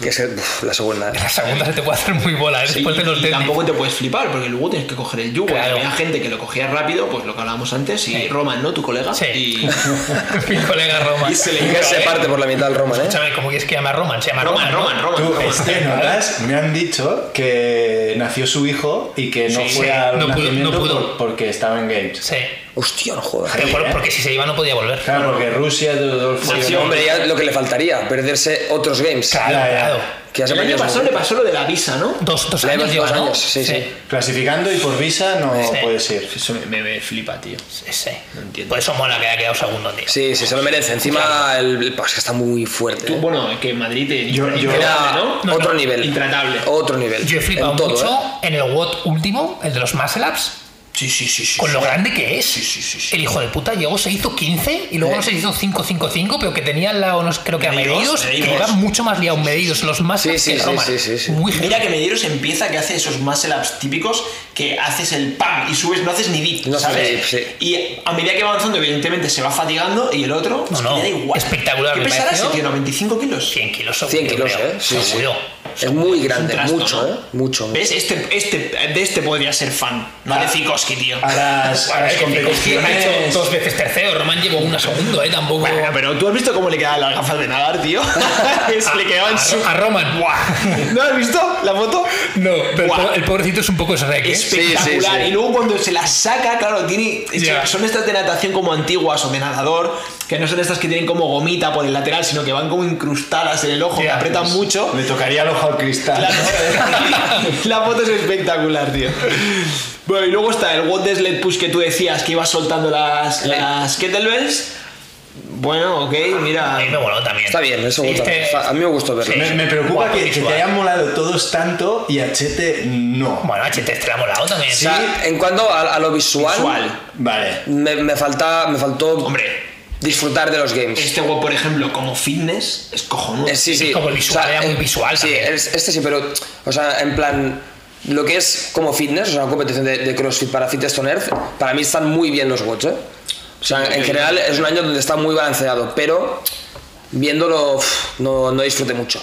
Que es el- uf, la segunda. ¿eh?
la segunda se te puede hacer muy bola, ¿eh?
Sí,
después de los
y
dedos.
tampoco te puedes flipar, porque luego tienes que coger el yugo.
Claro.
Había gente que lo cogía rápido, pues lo que hablábamos antes, y
Sí.
Roman, ¿no? Tu colega.
Sí.
Y
Mi colega Roman.
Y se le-
Que se parte por la mitad el Roman, ¿eh?
eh, Escúchame, ¿cómo quieres que llama Roman? Se llama
Roman,
[laughs] Roman, ¿no?
Roman, Roman.
Tú,
Roman.
este, notas, me han dicho que nació su hijo y que no
Sí,
fue
sí,
al
no pudo,
nacimiento
no pudo.
por- porque estaba en Games.
Sí.
Hostia, no jodas.
Pero por-
¿eh?
porque si se iba no podía volver.
Claro, porque Rusia, Rodolfo...
Nació,
Sí, hombre, ya lo que le faltaría, perderse otros games.
Claro,
Ya, ya.
claro.
Que ya se
El año
perdió
pasado
su-
le pasó lo de la visa, ¿no?
Dos, dos
Le
años
hemos
lleva,
dos
¿no?
años, sí, sí.
Clasificando y por visa no
Sí.
puedes ir.
Eso me, me- me flipa, tío.
Sí, sí.
entiendo.
Por eso mola que haya quedado segundo, tío.
Sí, sí, se lo merece. Encima, el, el- es que está muy fuerte.
Tú,
¿eh?
bueno, que Madrid te
Yo- yo-
imparable,
Era
¿no?
No,
otro
no,
nivel.
intratable.
Otro nivel.
Yo he flipado
en todo,
mucho
¿eh?
en el WOT último, el de los Muscle Ups,
Sí, sí, sí, sí.
con lo grande que es.
Sí, sí, sí, sí.
El hijo de puta llegó, se hizo 15 y luego no se hizo 5-5-5, pero que tenía al lado, unos, creo que a
Medidos,
medidos, que
medidos.
iban mucho más liados medidos, los más
Sí, sí,
que
sí,
Roman.
sí, sí, sí.
Muy
Mira que Medeiros empieza que hace esos muscle ups típicos que haces el pam y subes, no haces ni dip,
No haces
¿sabes?
dip, sí.
Y a medida que va avanzando, evidentemente se va fatigando y el otro es que
no,
le da igual.
espectacular,
¿Qué
me
pesará ese
pareció.
tío? ¿95 kilos?
100 kilos seguro.
100 kilos,
creo.
¿eh? Sí, sí.
seguro.
Es muy grande,
trasto, ¿no?
mucho, ¿eh? Mucho. mucho.
¿Ves? Este, este, de este podría ser fan, no de Zikoski, tío.
A las, a las
Ha
competiciones...
hecho dos veces tercero, Roman llevó una segundo, ¿eh? Tampoco.
Bueno, pero tú has visto cómo le quedaban las gafas de nadar, tío. [laughs] Se le quedaban
a,
su...
a Roman.
¿No has visto la foto?
[laughs] No, pero el
Buah.
po- el pobrecito es un poco Shrek. ¿eh?
espectacular.
Sí, sí, sí.
Y luego cuando se las saca, claro, tiene. es
Ya.
que Son estas de natación como antiguas o de nadador, que no son estas que tienen como gomita por el lateral, sino que van como incrustadas en el ojo,
Ya,
que apretan
pues,
mucho.
Le tocaría el ojo al cristal.
Claro, la foto es espectacular, tío. Bueno, y luego está el What the Sled Push que tú decías que ibas soltando las, las kettlebells. Bueno, ok, mira.
A mí me moló también.
Está bien, eso gusta.
Este-
Fa- A mí me gustó verlo.
Me, me preocupa
Guau,
que, que
visual.
te hayan molado todos tanto y a Chete no.
Bueno, HT te la ha molado también.
O sea, en cuanto a, a lo visual,
Visual.
Vale.
Me, me falta, me faltó
Hombre,
disfrutar de los games.
este WOD, por ejemplo, como fitness, es cojonudo.
Eh, sí, sí.
como el visual, era muy
eh,
visual
Sí,
también.
es- este sí, pero, o sea, en plan, lo que es como fitness, o sea, una competición de, de CrossFit para Fitness on Earth, para mí están muy bien los watts, ¿eh? O sea, en general es un año donde está muy balanceado, pero viéndolo uf, no, no disfruté mucho.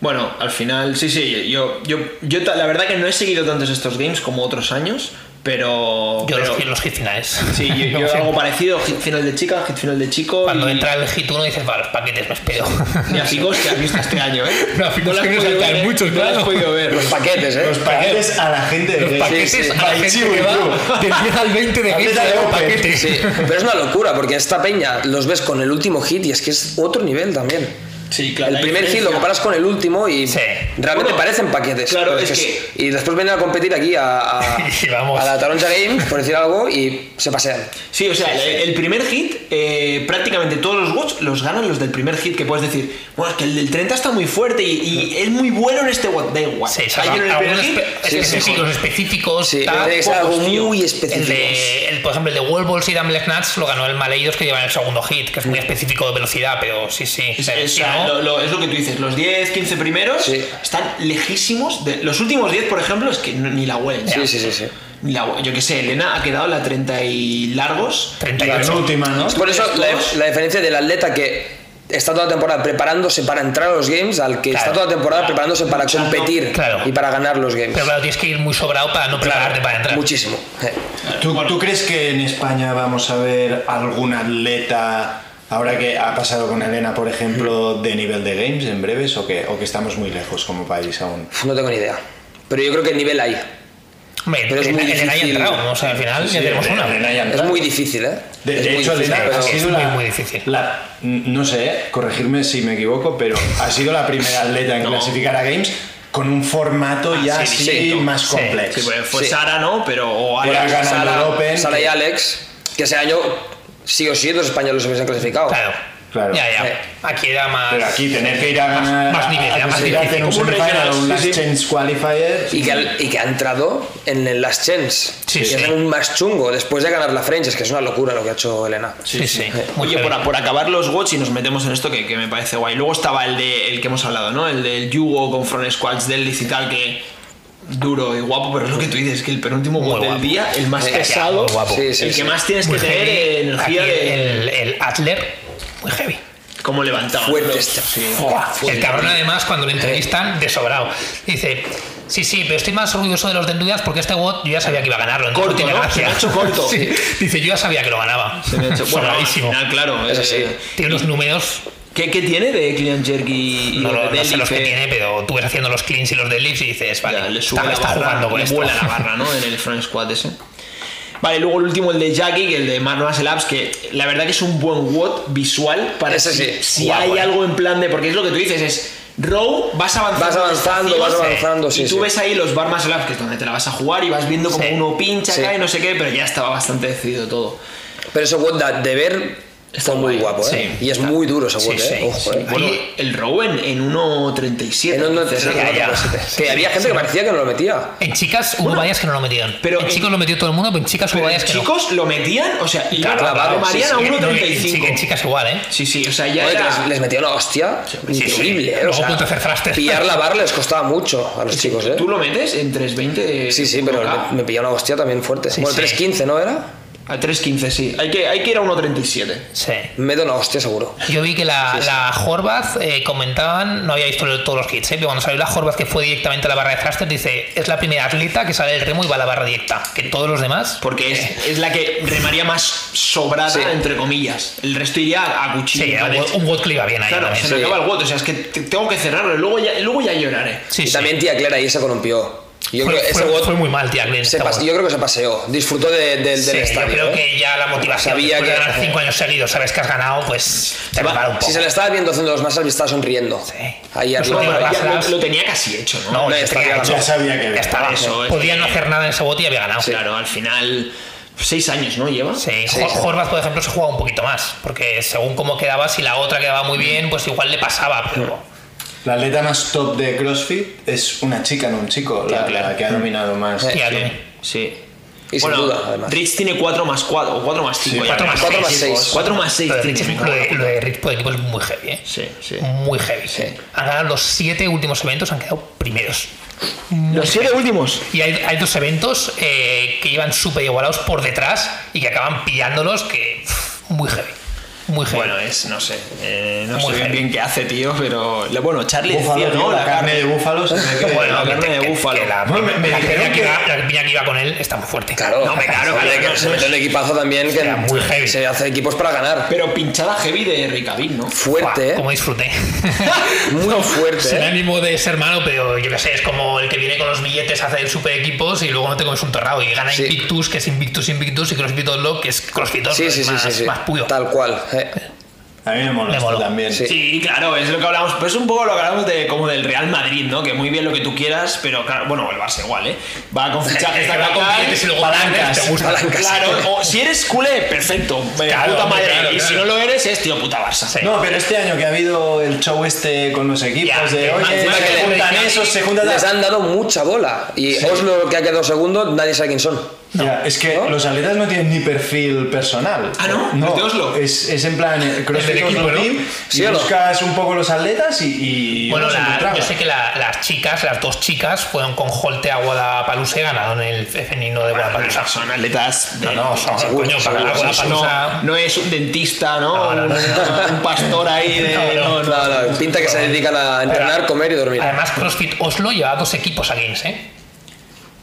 Bueno, al final, sí, sí, yo, yo, yo ta- la verdad que no he seguido tantos estos games como otros años, pero...
Yo
pero-
los, los hit finales.
Sí, yo, yo
[laughs] Como
algo
siempre.
parecido, hit final de chica, hit final de chico.
Cuando
y,
entra el hit 1 dices, va, los paquetes me espero.
y a Ficos que has visto
[laughs]
este año, ¿eh?
Gráficos
las
que no
has podido
saltan
ver, ¿eh?
muchos,
No las has
claro.
podido ver.
pues,
Los paquetes, ¿eh?
Los paquetes a la gente de Chete.
paquetes
sí.
a la gente
Chivo
que
y
va
Blue.
del
[laughs]
10 al 20 de
Aprieta el
games de
open.
paquetes.
Sí, pero es una locura porque esta peña los ves con el último hit y es que es otro nivel también.
Sí, claro.
El
la
primer hit
diferencia.
lo comparas con el último y
Sí.
realmente
Bueno,
parecen paquetes.
claro,
pero
es
es- Y después vienen a competir aquí a, a,
Y vamos.
a la Taronja Game, por decir algo, y se pasean.
Sí, o sea, el el primer hit, eh, prácticamente todos los watts los ganan los del primer hit, que puedes decir, bueno, es que el del 30 está muy fuerte y, y es muy bueno en este watt, da igual.
Sí,
Hay uno en el primer
algunos
hit,
espe-
sí, sí,
específicos, específicos,
Sí,
tal.
tiene que ser
pocos,
algo
tío.
muy
El
específico.
de, el, por ejemplo, el de World Balls y Dumble Nuts lo ganó el Maleidos que lleva en el segundo hit, que es muy específico de velocidad, pero sí, sí.
Es,
pero
es-
si
o sea,
no-
lo, lo- es lo que tú dices, los 10, 15 primeros
Sí.
están lejísimos. De, los últimos 10, por ejemplo, es que no- ni la huelen.
Sí,
ya.
sí, sí, sí.
Ni la hue- yo qué sé, Elena ha quedado la 30 y largos.
38. [laughs]
penúltima, ¿no?
Por eso la,
todos.
la diferencia del atleta que está toda la temporada preparándose para entrar a los games, al que
Claro,
está toda la temporada
claro.
preparándose para
Luchando,
competir
claro.
y para ganar los games.
Pero claro, tienes que ir muy sobrado para no prepararte para entrar.
Muchísimo. eh.
¿Tú, tú crees que en España vamos a ver algún atleta, ahora que ha pasado con Elena, por ejemplo, de nivel de games en breves o que, o que estamos muy lejos como país aún?
No tengo ni idea. Pero yo creo que el nivel hay.
Hombre,
Pero es
Elena-
muy
Elena ya ha
difícil.
entrado, ¿no? O sea, al final ya tenemos
Elena-
una.
Elena ya ha
Es
entrado.
muy difícil, ¿eh?
De,
Es
de
muy
hecho,
difícil,
Elena
pero-
ha sido
muy,
la-
muy difícil.
la- no sé, eh, corregirme si me equivoco, pero ha sido la primera atleta en clasificar a Games con un formato ya
sí,
así
distinto.
más
Sí,
complejo.
Sí, pues fue
Sí.
Sara, ¿no? Pero. O
Era
Alex,
ganando
Sara.
el Open.
Sara y
que-
Alex, que ese año sí o sí los españoles se hubiesen clasificado.
Claro.
Claro.
Ya, ya.
Sí.
Eh, Aquí era más.
Pero aquí tener que ir a ganar
más nivel,
a,
era más
clasificarte
difícil.
en un
Como un
semifinal,
regional,
un Last
sí, sí.
Chance Qualifier.
Y que, al- y que ha entrado en el Last Chance.
Sí,
que
sí.
es un más chungo después de ganar la French. Es que es una locura lo que ha hecho Elena.
Sí, sí. Muy
Oye,
heavy.
por, por acabar los watch y nos metemos en esto que, que me parece guay. Luego estaba el de el que hemos hablado, ¿no? El del Yugo con Front Squads del Licital que duro y guapo, pero es lo que tú dices, que el penúltimo
Muy
WOT del
guapo.
día, el más
Sí,
pesado,
muy guapo.
Sí, sí,
el que
sí.
más tienes
Muy
que tener eh,
heavy.
energía
Aquí
de
El, el Adler, muy heavy.
cómo levantar.
Fuerte este.
Buah, el cabrón además cuando lo entrevistan de sobrado dice sí sí pero estoy más orgulloso de los dendudas porque este WOT yo ya sabía que iba a ganarlo entonces
Corto,
tiene
¿no?
gracia".
Se me ha hecho corto.
[laughs] Sí. dice yo ya sabía que lo ganaba
Bueno, al
sobradísimo
final, claro.
Eso
eh,
sí.
tiene unos números
¿qué, qué tiene de Clean Jerky y
no,
de
lo- no sé
deadlift,
los que
eh?
tiene pero tú ves haciendo los cleans y los deadlifts y dices vale
Ya, le sube
está,
la
está
barra,
jugando con
le
esto
vuela la
[laughs]
barra, ¿no? En el front squat ese. Vale, luego el último, el de Jackie, que el de Manu Labs, que la verdad que es un buen WOT visual para
Ese
si,
sí,
si
guapo,
hay
eh.
algo en plan de. Porque es lo que tú dices, es row, vas avanzando.
Vas avanzando,
despacio,
vas avanzando, sí,
Y tú
sí.
ves ahí los bar muscle ups, que es donde te la vas a jugar y vas viendo como
Sí.
uno pincha
Sí.
acá y no sé qué, pero ya estaba bastante decidido todo.
Pero ese WOT da- de ver está muy
guay,
guapo, ¿eh?
sí.
y es muy duro ese
Sí,
WOT, ¿eh?
sí,
Ojo,
sí.
¿eh?
Bueno,
Ahí-
el row en, en 1.37.
En un-
entonces,
ya, ya.
Que había gente que parecía que no lo metía.
en chicas hubo vallas que no lo metieron
pero
en
en-
chicos lo metió todo el mundo pero en chicas hubo
Pero
vallas que no
chicos lo metían, o sea, y
Claro, claro, sí,
Mariana
sí.
No, en- en
1.35.
chicas igual eh
Sí, sí, o sea, ya
Oye, que
era...
les, les metía una hostia
sí.
increíble, ¿eh? O
Luego
sea,
punto de hacer thrusters.
pillar la barra les costaba mucho a los chicos, ¿eh?
¿Tú lo metes en 3.20? de-
Sí, sí, pero
acá?
me, me pilló una hostia también fuerte.
Sí,
bueno,
sí.
3.15, ¿no era?
A 3.15, sí. Hay que, hay que ir a 1.37.
sí
Me da una hostia seguro.
Yo vi que la, la Horvath eh, comentaban, no había visto lo- todos los kits, eh, pero cuando salió la Horvath que fue directamente a la barra de thrusters, dice, es la primera atleta que sale del remo y va a la barra directa, que todos los demás...
Pues
Porque es, es la que remaría más sobrada,
Eh. Sí.
entre comillas. El resto iría a cuchillo.
Sí,
y
un,
pared.
wo- un WOD que le iba bien ahí.
Claro,
también.
se me
sí.
acaba el voto. O sea, es que te- tengo que cerrarlo. y Luego ya, luego ya lloraré.
Sí,
y
sí.
también tía Clara ahí se columpió. Yo,
fue,
creo, ese
fue-
WOT
fue muy mal, tía Glenn.
se
este
pas-
WOD.
yo creo que se paseó. Disfrutó de- de- del
Sí,
estadio.
yo creo
¿eh?
que ya la motivación
Sabía
Sabía que
que-
ganar cinco años seguidos, sabes que has ganado, pues te
va-
prepara un poco.
Si se le estaba viendo haciendo los más y estaba sonriendo. Ahí
Pues
arriba.
no,
Bueno,
pero
ya
las-
lo, lo tenía casi hecho, ¿no?
No,
no,
ya
está
tenía
bien,
hecho.
Ya sabía que
Ya estaba.
Eso, es
Podía
que-
no hacer nada en ese bote y había ganado.
Claro, al final... Seis años, ¿no? Lleva.
Sí,
Sí,
Hor-
sí.
Horvath, por ejemplo, se jugaba un poquito más, porque según cómo quedaba, si la otra quedaba muy bien, pues igual le pasaba, pero...
La atleta más top de CrossFit es una chica, no un chico, la,
Sí, claro.
la que ha dominado más.
Sí.
Tía, tú-
Sí.
Y sin duda, además.
Rich tiene 4 más 4, o 4 más 5.
Sí,
Cuatro más
Cuatro más
seis.
seis.
4 más 6
Lo de,
tiene.
Rich es- lo de- lo de Rich por equipo es muy heavy, ¿eh?
Sí, sí.
Muy heavy. Han ganado los siete últimos eventos, han quedado primeros.
Los 7 últimos.
Y hay, hay dos eventos eh, que llevan súper igualados por detrás y que acaban pillándolos, que. pff, muy heavy. Muy heavy.
Bueno, es, no sé, eh, no sé
Muy
bien,
heavy.
bien qué hace, tío, pero le- bueno, Charlie
Búfalo,
decía,
tío,
¿no?
la carne de
[laughs]
búfalo. se me queda-
Bueno, la carne de búfalo.
que la,
No, me- me
la
dijeron
piña que
que-
iba, la piña que iba con él está muy fuerte.
Claro.
No, hombre, claro,
Oye,
claro,
que
no,
se
no,
metió
no.
el equipazo también que
Era muy heavy.
se hace equipos para ganar.
Pero pinchada heavy de Ricabin, ¿no?
Fuerte,
Como
¿eh? [laughs]
disfruté. [laughs]
Muy fuerte,
Será el
¿eh?
mismo de ser malo, pero yo qué sé, es como el que viene con los billetes a hacer super equipos y luego no te comes un torrado y gana
Sí.
Invictus, que es Invictus Invictus, y CrossFit Lock, que es CrossFit
Sí,
Outlook,
sí, sí,
más,
sí, sí.
más puro.
Tal cual. ¿eh?
A mí me
Me
molesta
moló.
también.
Sí.
Sí, claro, es lo que hablamos, pero es un poco lo que hablamos de, como del Real Madrid, ¿no? Que muy bien lo que tú quieras, pero claro, bueno, el Barça igual, ¿eh? Va con fichajes
Que va con
tal,
billetes y luego
palancas,
te gusta.
Palancas.
Claro, o si eres culé, perfecto, eh,
Claro,
puta
hombre,
madre,
claro,
y si
claro.
no lo eres, es tío puta Barça.
Sí.
No, pero este año que ha habido el show este con los equipos
Ya,
de oye,
que más- más
se
que
juntan
le-
esos, se juntan
Les han dado mucha bola. Y Oslo, que ha quedado segundo, nadie sabe quién son.
Ya, es que
¿No?
los atletas no tienen ni perfil personal.
Ah, ¿no? ¿Los de Oslo?
Es, es en plan eh, CrossFit
Pues del equipo,
Oslo
¿no?
Team,
¿Sí
y
o no?
buscas un poco los atletas y... y
Bueno,
uno se
la-
encontraba.
yo sé que la- las chicas, las dos chicas, fueron con Holte a Guadalajara, ganaron el femenino de Guadalajara.
Son atletas. de-
No, no, son
Seguro,
coño,
seguro,
para
O sea,
Guadalajara.
no, no es un dentista, ¿no?
No, no, no.
Un pastor ahí de.
No, no.
No, no, pinta que se dedican a entrenar, comer y dormir.
Además, CrossFit Oslo lleva dos equipos a Games, ¿eh?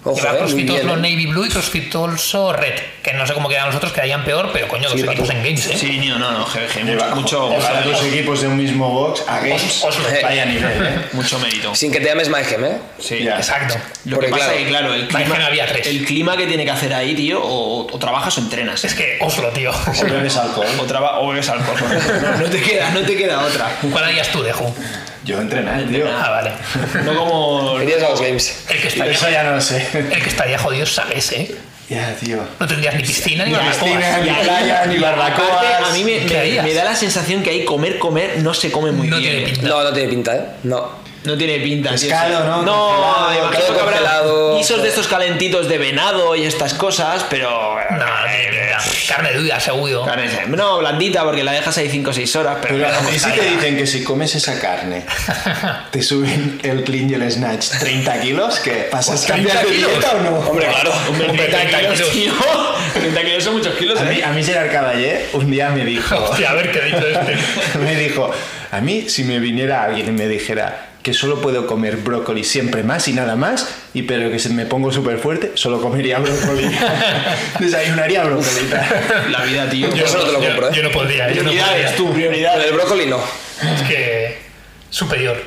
Ojo,
lleva
eh, muy
CrossFit
bien,
Oslo
eh.
Navy Blue y CrossFit Oslo Red, que no sé cómo quedan los otros, quedarían peor, pero coño, dos
Sí,
equipos en Games, ¿eh?
Sí, no, no, no, GBG,
Lleva-
mucho, mucho,
llevar a dos equipos de un mismo box a games.
Os- Oslo.
Vaya nivel, ¿eh?
mucho mérito.
Sin que te llames Maegem, ¿eh?
Sí.
Ya.
Exacto.
Lo
Porque
que pasa
claro,
es que, claro, el
es que
clima,
no había tres.
el clima que tiene que hacer ahí, tío, o, o trabajas o entrenas.
Es que Oslo, tío.
O bebes alcohol.
O, traba- o bebes alcohol. No, no te queda, no te queda otra.
¿Cuál harías tú, Deju?
Yo entrenar, tío.
Ah, vale.
No como.
Irías a los games.
El que estaría,
Eso ya no lo sé.
el que estaría jodido, ¿sabes, eh?
[laughs] Ya, tío.
No tendrías ni piscina ni barbacoas.
piscina, ni playa, ni
Aparte, a
barbacoas.
mí me,
¿Qué
me-
harías?
me da la sensación que ahí comer, comer no se come muy
No
bien.
tiene
eh.
pinta.
No, no tiene pinta, ¿eh? No.
No tiene pinta. tío.
Pescado, ¿no?
No,
Congelado,
imagino
todo
que habrá
congelado.
guisos de estos calentitos de venado y estas cosas, pero.
No, no tiene pinta. Carne de duda, seguro.
Carne es- No, blandita, porque la dejas ahí 5 o 6 horas, pero.
Pero a ti sí te
Claro.
dicen que si comes esa [laughs] carne, te suben el clean y el snatch 30 kilos, ¿qué? ¿Pasas cambias
30
de
kilos.
dieta o no?
Hombre,
[laughs]
claro. [laughs] Hombre,
30
30 kilos,
kilos.
tío. [laughs] 30 kilos son muchos kilos,
A mí,
¿eh?
a mí Gerard Caballé un día me [laughs] dijo,
Hostia, a ver qué ha dicho este.
me dijo, a mí si me viniera alguien y me dijera que solo puedo comer brócoli siempre más y nada más, y pero que se me pongo súper fuerte, solo comería [laughs] brócoli. Desayunaría brócoli.
La vida, tío.
Yo solo te lo
yo,
compro, ¿eh?
yo no podría, yo no podría.
Prioridades, tú, prioridades.
El brócoli no.
Es que. superior.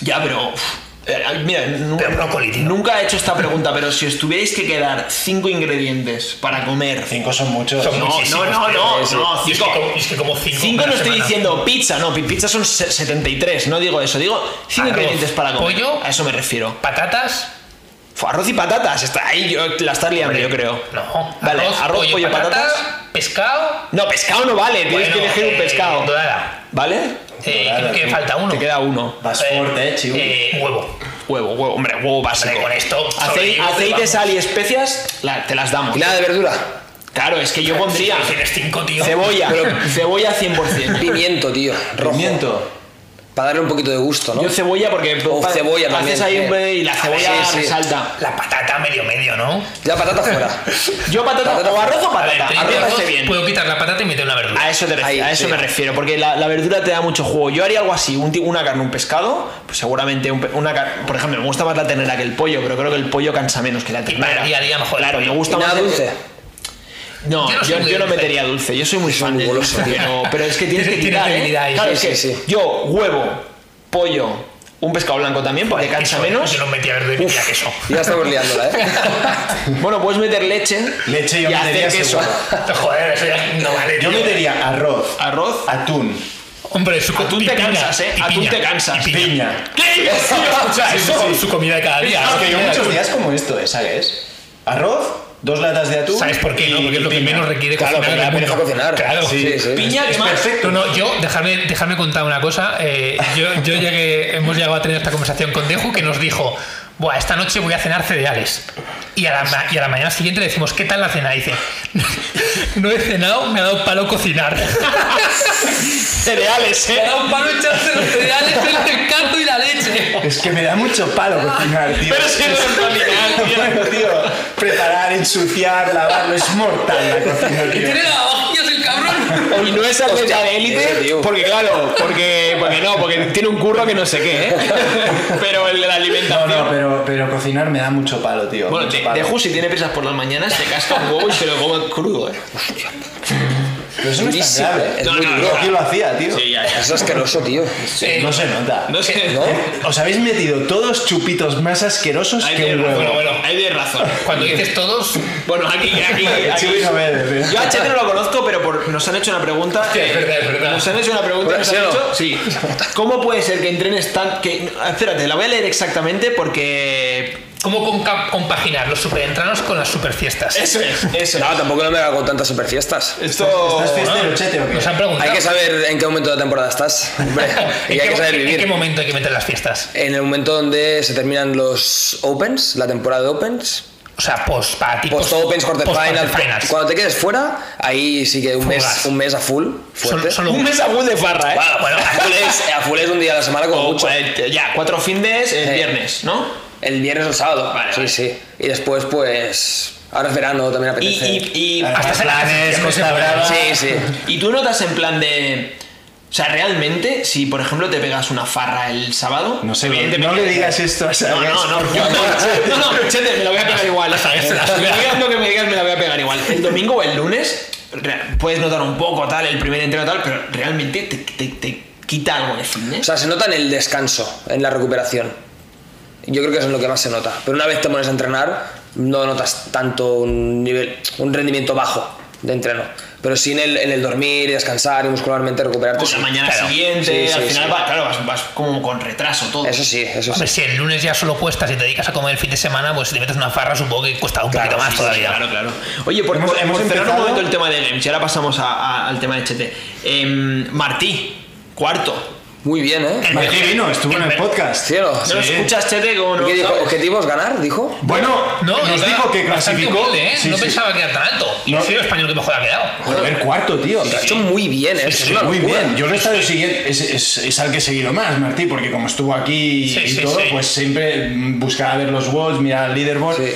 Ya, pero. uf, eh, Mira, nu-
Pero brócoli, tío.
nunca he hecho esta pregunta, pero si os tuvierais que quedar cinco ingredientes para comer.
Cinco son muchos.
Son
No, no,
muchísimos,
no,
tío.
no,
Sí, sí.
no,
Y es que
cinco.
como- y es que como cinco.
5
en
no
una
estoy
semana.
diciendo pizza, no, pi- pizza son se- 73, no digo eso, digo 5
Arroz,
ingredientes para comer.
pollo.
A eso me refiero.
Patatas.
Fu, Arroz y patatas, está ahí yo, la estás liando, yo creo.
No.
Vale, arroz, pollo, patatas.
Pescado.
No, pescado no vale, tienes que
bueno,
elegir un
eh,
pescado.
dorada.
¿Vale?
Eh,
Dorada,
que
tú.
falta uno.
Te queda uno.
Vas fuerte, eh, chivo.
eh, huevo.
Huevo, huevo, hombre, huevo básico.
Hombre, con esto
Acei-
sobrevivo,
aceite,
vamos.
sal y especias, la- te las damos.
Y nada de verdura.
Claro, es que yo pondría
Si tienes cinco, tío.
cebolla, cebolla 100%.
Pimiento, tío. [laughs] Rojo.
Pimiento.
Para darle un poquito de gusto, ¿no?
Yo cebolla porque
O
pa-
cebolla
haces
también,
ahí un
eh.
y la cebolla
Sí, sí.
resalta.
La patata medio medio, ¿no?
Ya patata fuera.
Yo patata,
Patata
o arroz o
A ver,
patata,
te digo
arroz
arroz,
esté bien.
Puedo quitar la patata y meter una verdura.
A eso, te refiero,
Ahí,
a eso
sí.
me refiero, porque la, la verdura te da mucho juego. Yo haría algo así, un ti- una carne, un pescado, pues seguramente un pe- una car- por ejemplo, me gusta más la ternera que el pollo, pero creo que el pollo cansa menos que la
Y para
ternera.
el día a día mejor.
Claro, me
Y
gusta más
nada
el-
dulce.
No,
Yo no
yo,
soy muy
yo no
dulce.
metería dulce, yo soy muy fan
muy
del
goloso,
dulce,
tío.
pero, pero es que tienes que
Tienes
quitar, ¿eh?
debilidad ahí,
Claro,
sí,
es
sí,
que
sí.
yo huevo, pollo, un pescado blanco también, porque cansa
Eso,
menos.
Yo no metía verdura y metía queso. [laughs]
Ya estamos liándola, ¿eh?
Bueno, puedes meter leche,
Leche yo
y hacer
metería
queso.
seguro.
Joder, eso ya no vale.
Yo
tío.
metería arroz,
Arroz.
atún,
Hombre, su
Atún
y
te
piña,
cansas, ¿eh?
y
Atún
piña,
te cansas.
y piña.
piña.
¿Qué? O sea,
Sí, sí,
eso
sí.
su comida de cada día.
Es que yo
¿no?
muchos días como esto, ¿eh? ¿sabes? Arroz, dos latas de atún.
¿Sabes por qué? No,
y-
porque es lo
y
que
piña.
menos requiere
Claro,
cocinar.
porque da
del
pereza
mundo.
cocinar.
Claro.
Sí, sí.
Piña,
es
¿qué más?
perfecto.
No, no, yo, dejadme, dejadme contar una cosa. eh, yo, yo ya que hemos llegado a tener esta conversación con Deju, que nos dijo, Buah, esta noche voy a cenar cereales. Y a la, ma- y a la mañana siguiente le decimos, ¿qué tal la cena? Y dice, no he cenado, me ha dado palo cocinar.
Cereales,
me
¿eh?
ha dado palo echarse los cereales, el pescado y la leche.
Es que me da mucho palo cocinar, tío.
Pero si no es familiar, tío.
Bueno, tío, preparar, ensuciar, lavarlo, es mortal la cocina,
[laughs] Y
tío.
tiene las vajillas el cabrón.
Y no es atleta
Hostia,
de
eh,
élite,
tío.
porque claro, porque, porque no, porque tiene un curro que no sé qué, ¿eh? Pero el de la
No,
alimentación.
no, pero, pero cocinar me da mucho palo, tío.
Bueno,
mucho
de,
palo.
Deju, si tiene presas por las mañanas, se casca un huevo y se lo come crudo, ¿eh?
Pero eso no es
Durísimo,
tan
eh.
grave.
Es muy
no,
duro.
no.
Yo lo hacía, tío.
Sí, ya, ya.
Es asqueroso, tío.
Eh,
No se nota.
No sé.
¿No?
Os habéis metido todos chupitos más asquerosos
Ahí
que
tienes
un
razón, bueno,
huevo.
bueno, ahí tienes razón.
Cuando dices todos,
Bueno, aquí, aquí, aquí.
Chupi no me decía.
Yo a Chete no lo conozco, pero por- nos han hecho una pregunta.
Hostia, es
eh,
verdad, es verdad.
Nos han hecho una pregunta.
Bueno,
Nos
¿sí
han
o no?
hecho, sí. [laughs] ¿Cómo puede ser que entrenes tan. Que, espérate, la voy a leer exactamente porque.
¿cómo conca- compaginar los superentranos con las superfiestas?
Eso es, eso es.
No, tampoco no me hago tantas superfiestas.
Esto.
¿Estás fiestero, chete o qué?
Nos han preguntado.
Hay que saber en qué momento de la temporada estás. Hombre, y hay
¿En qué
que
mo-
saber
en- ¿En qué
vivir.
momento hay que meter las fiestas?
En el momento donde se terminan los Opens, la temporada de Opens,
O sea, post para ti.
Post Opens, quarter final.
quarterfinals.
Cuando te quedes fuera, ahí sí que un,
Full
mes,
gas.
un mes a full.
Solo,
Fuerte.
solo
Un
un-
mes a full de farra, ¿eh?
Ah, bueno, a full, es, a full es un día a la semana como
O,
mucho.
eh, ya, cuatro findes el
Sí.
viernes, ¿no?
El viernes o el sábado.
Vale,
sí,
vale.
sí. Y después, pues. Ahora es verano, también
Y,
[laughs]
apetece.
y- y-
Hasta
Hasta
se-
planes,
se-
Costa
se-
Brava.
Sí, sí.
y tú notas en plan de. O sea, realmente, si por ejemplo te pegas una farra el sábado.
No sé,
evidentemente-
no le digas esto a
No,
Sagas,
no, no,
por
yo
favor.
no, no, no, Chete, me la voy a pegar igual.
[laughs]
sabes, la sabes.
Me digas lo que me digas, me la voy a pegar igual. El domingo o el lunes re- puedes notar un poco tal, el primer entreno tal, pero realmente te, te- te quita algo de
O
fitness.
sea, se nota en el descanso, en la recuperación. Yo creo que eso es lo que más se nota. Pero una vez te pones a entrenar, no notas tanto un nivel, un rendimiento bajo de entreno. Pero sí en el, en el dormir y descansar y muscularmente recuperarte.
Pues
Por la
sí.
mañana
claro.
siguiente,
Sí,
al
sí,
final
sí.
va- claro, vas, vas como con retraso todo.
Eso sí, eso sí.
Hombre, si el lunes ya solo cuestas y te dedicas a comer el fin de semana, pues si te metes una farra, supongo Ah, que cuesta un
Claro,
poquito más
sí, sí,
todavía.
Claro, claro. Oye, por,
Hemos-
por-
hemos
por cerrar un
empezado-
momento el tema de games, y ahora pasamos a- a- al tema de HT. Em, Martí, cuarto.
Muy bien, ¿eh?
El-
Martí vino, estuvo en el podcast.
Cielo.
¿Ah,
¿No lo
Sí.
escuchas, Chete? Como
¿Y
no,
qué dijo?
sabes?
¿Objetivos ganar? ¿Dijo?
Bueno,
No,
nos
y
dijo que
bastante
clasificó.
humilde, ¿eh?
Sí,
no
sí.
pensaba que era tan alto. Y
No.
soy el español que mejor ha quedado.
Joder, cuarto, tío.
Lo ha hecho muy bien, ¿eh? es una
Muy
locura.
bien, yo lo he estado siguiendo, es, es- es al que he seguido más, Martí, porque como estuvo aquí y,
Sí,
y
sí,
todo,
sí.
pues siempre mm, buscaba ver los walls, mirar el leaderboard.
Sí.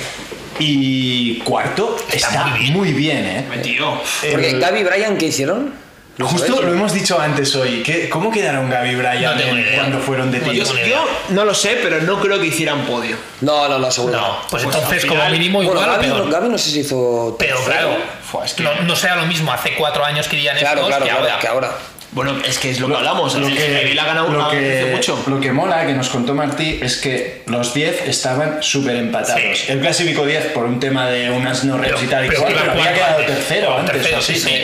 Y cuarto, está,
muy
muy
bien.
bien, ¿eh?
Tío.
Porque
El-
Gaby y Brian, ¿qué hicieron? ¿Lo
justo
sabéis?
lo hemos dicho antes hoy. ¿qué- ¿Cómo quedaron Gaby y Brian
No tengo
en-
ni idea.
cuando fueron de
No
tíos?
tengo ni idea.
Yo no lo sé, pero no creo que hicieran podio.
No, no, no, seguro.
No,
no.
pues,
Pues
entonces,
al
como
final-
mínimo,
Bueno,
igual o
Gaby,
peor.
no- Gaby no sé si hizo.
Pero claro,
Fua, es que-
no, no sea lo mismo hace cuatro años que dirían
Claro,
estos
claro,
que
claro,
ahora.
que ahora.
Bueno, es que es lo que hablamos.
Lo
el
que,
Sevilla ha ganado
lo
ha-
que-
hace mucho.
lo que mola que nos contó Martí es que los 10 estaban súper empatados.
Sí.
Él clasificó 10 por un tema de unas no reps
Pero-
y tal y
pero
cual,
iba
pero había
cuarto
quedado
antes.
tercero
O
antes.
tercero,
así,
sí, sí.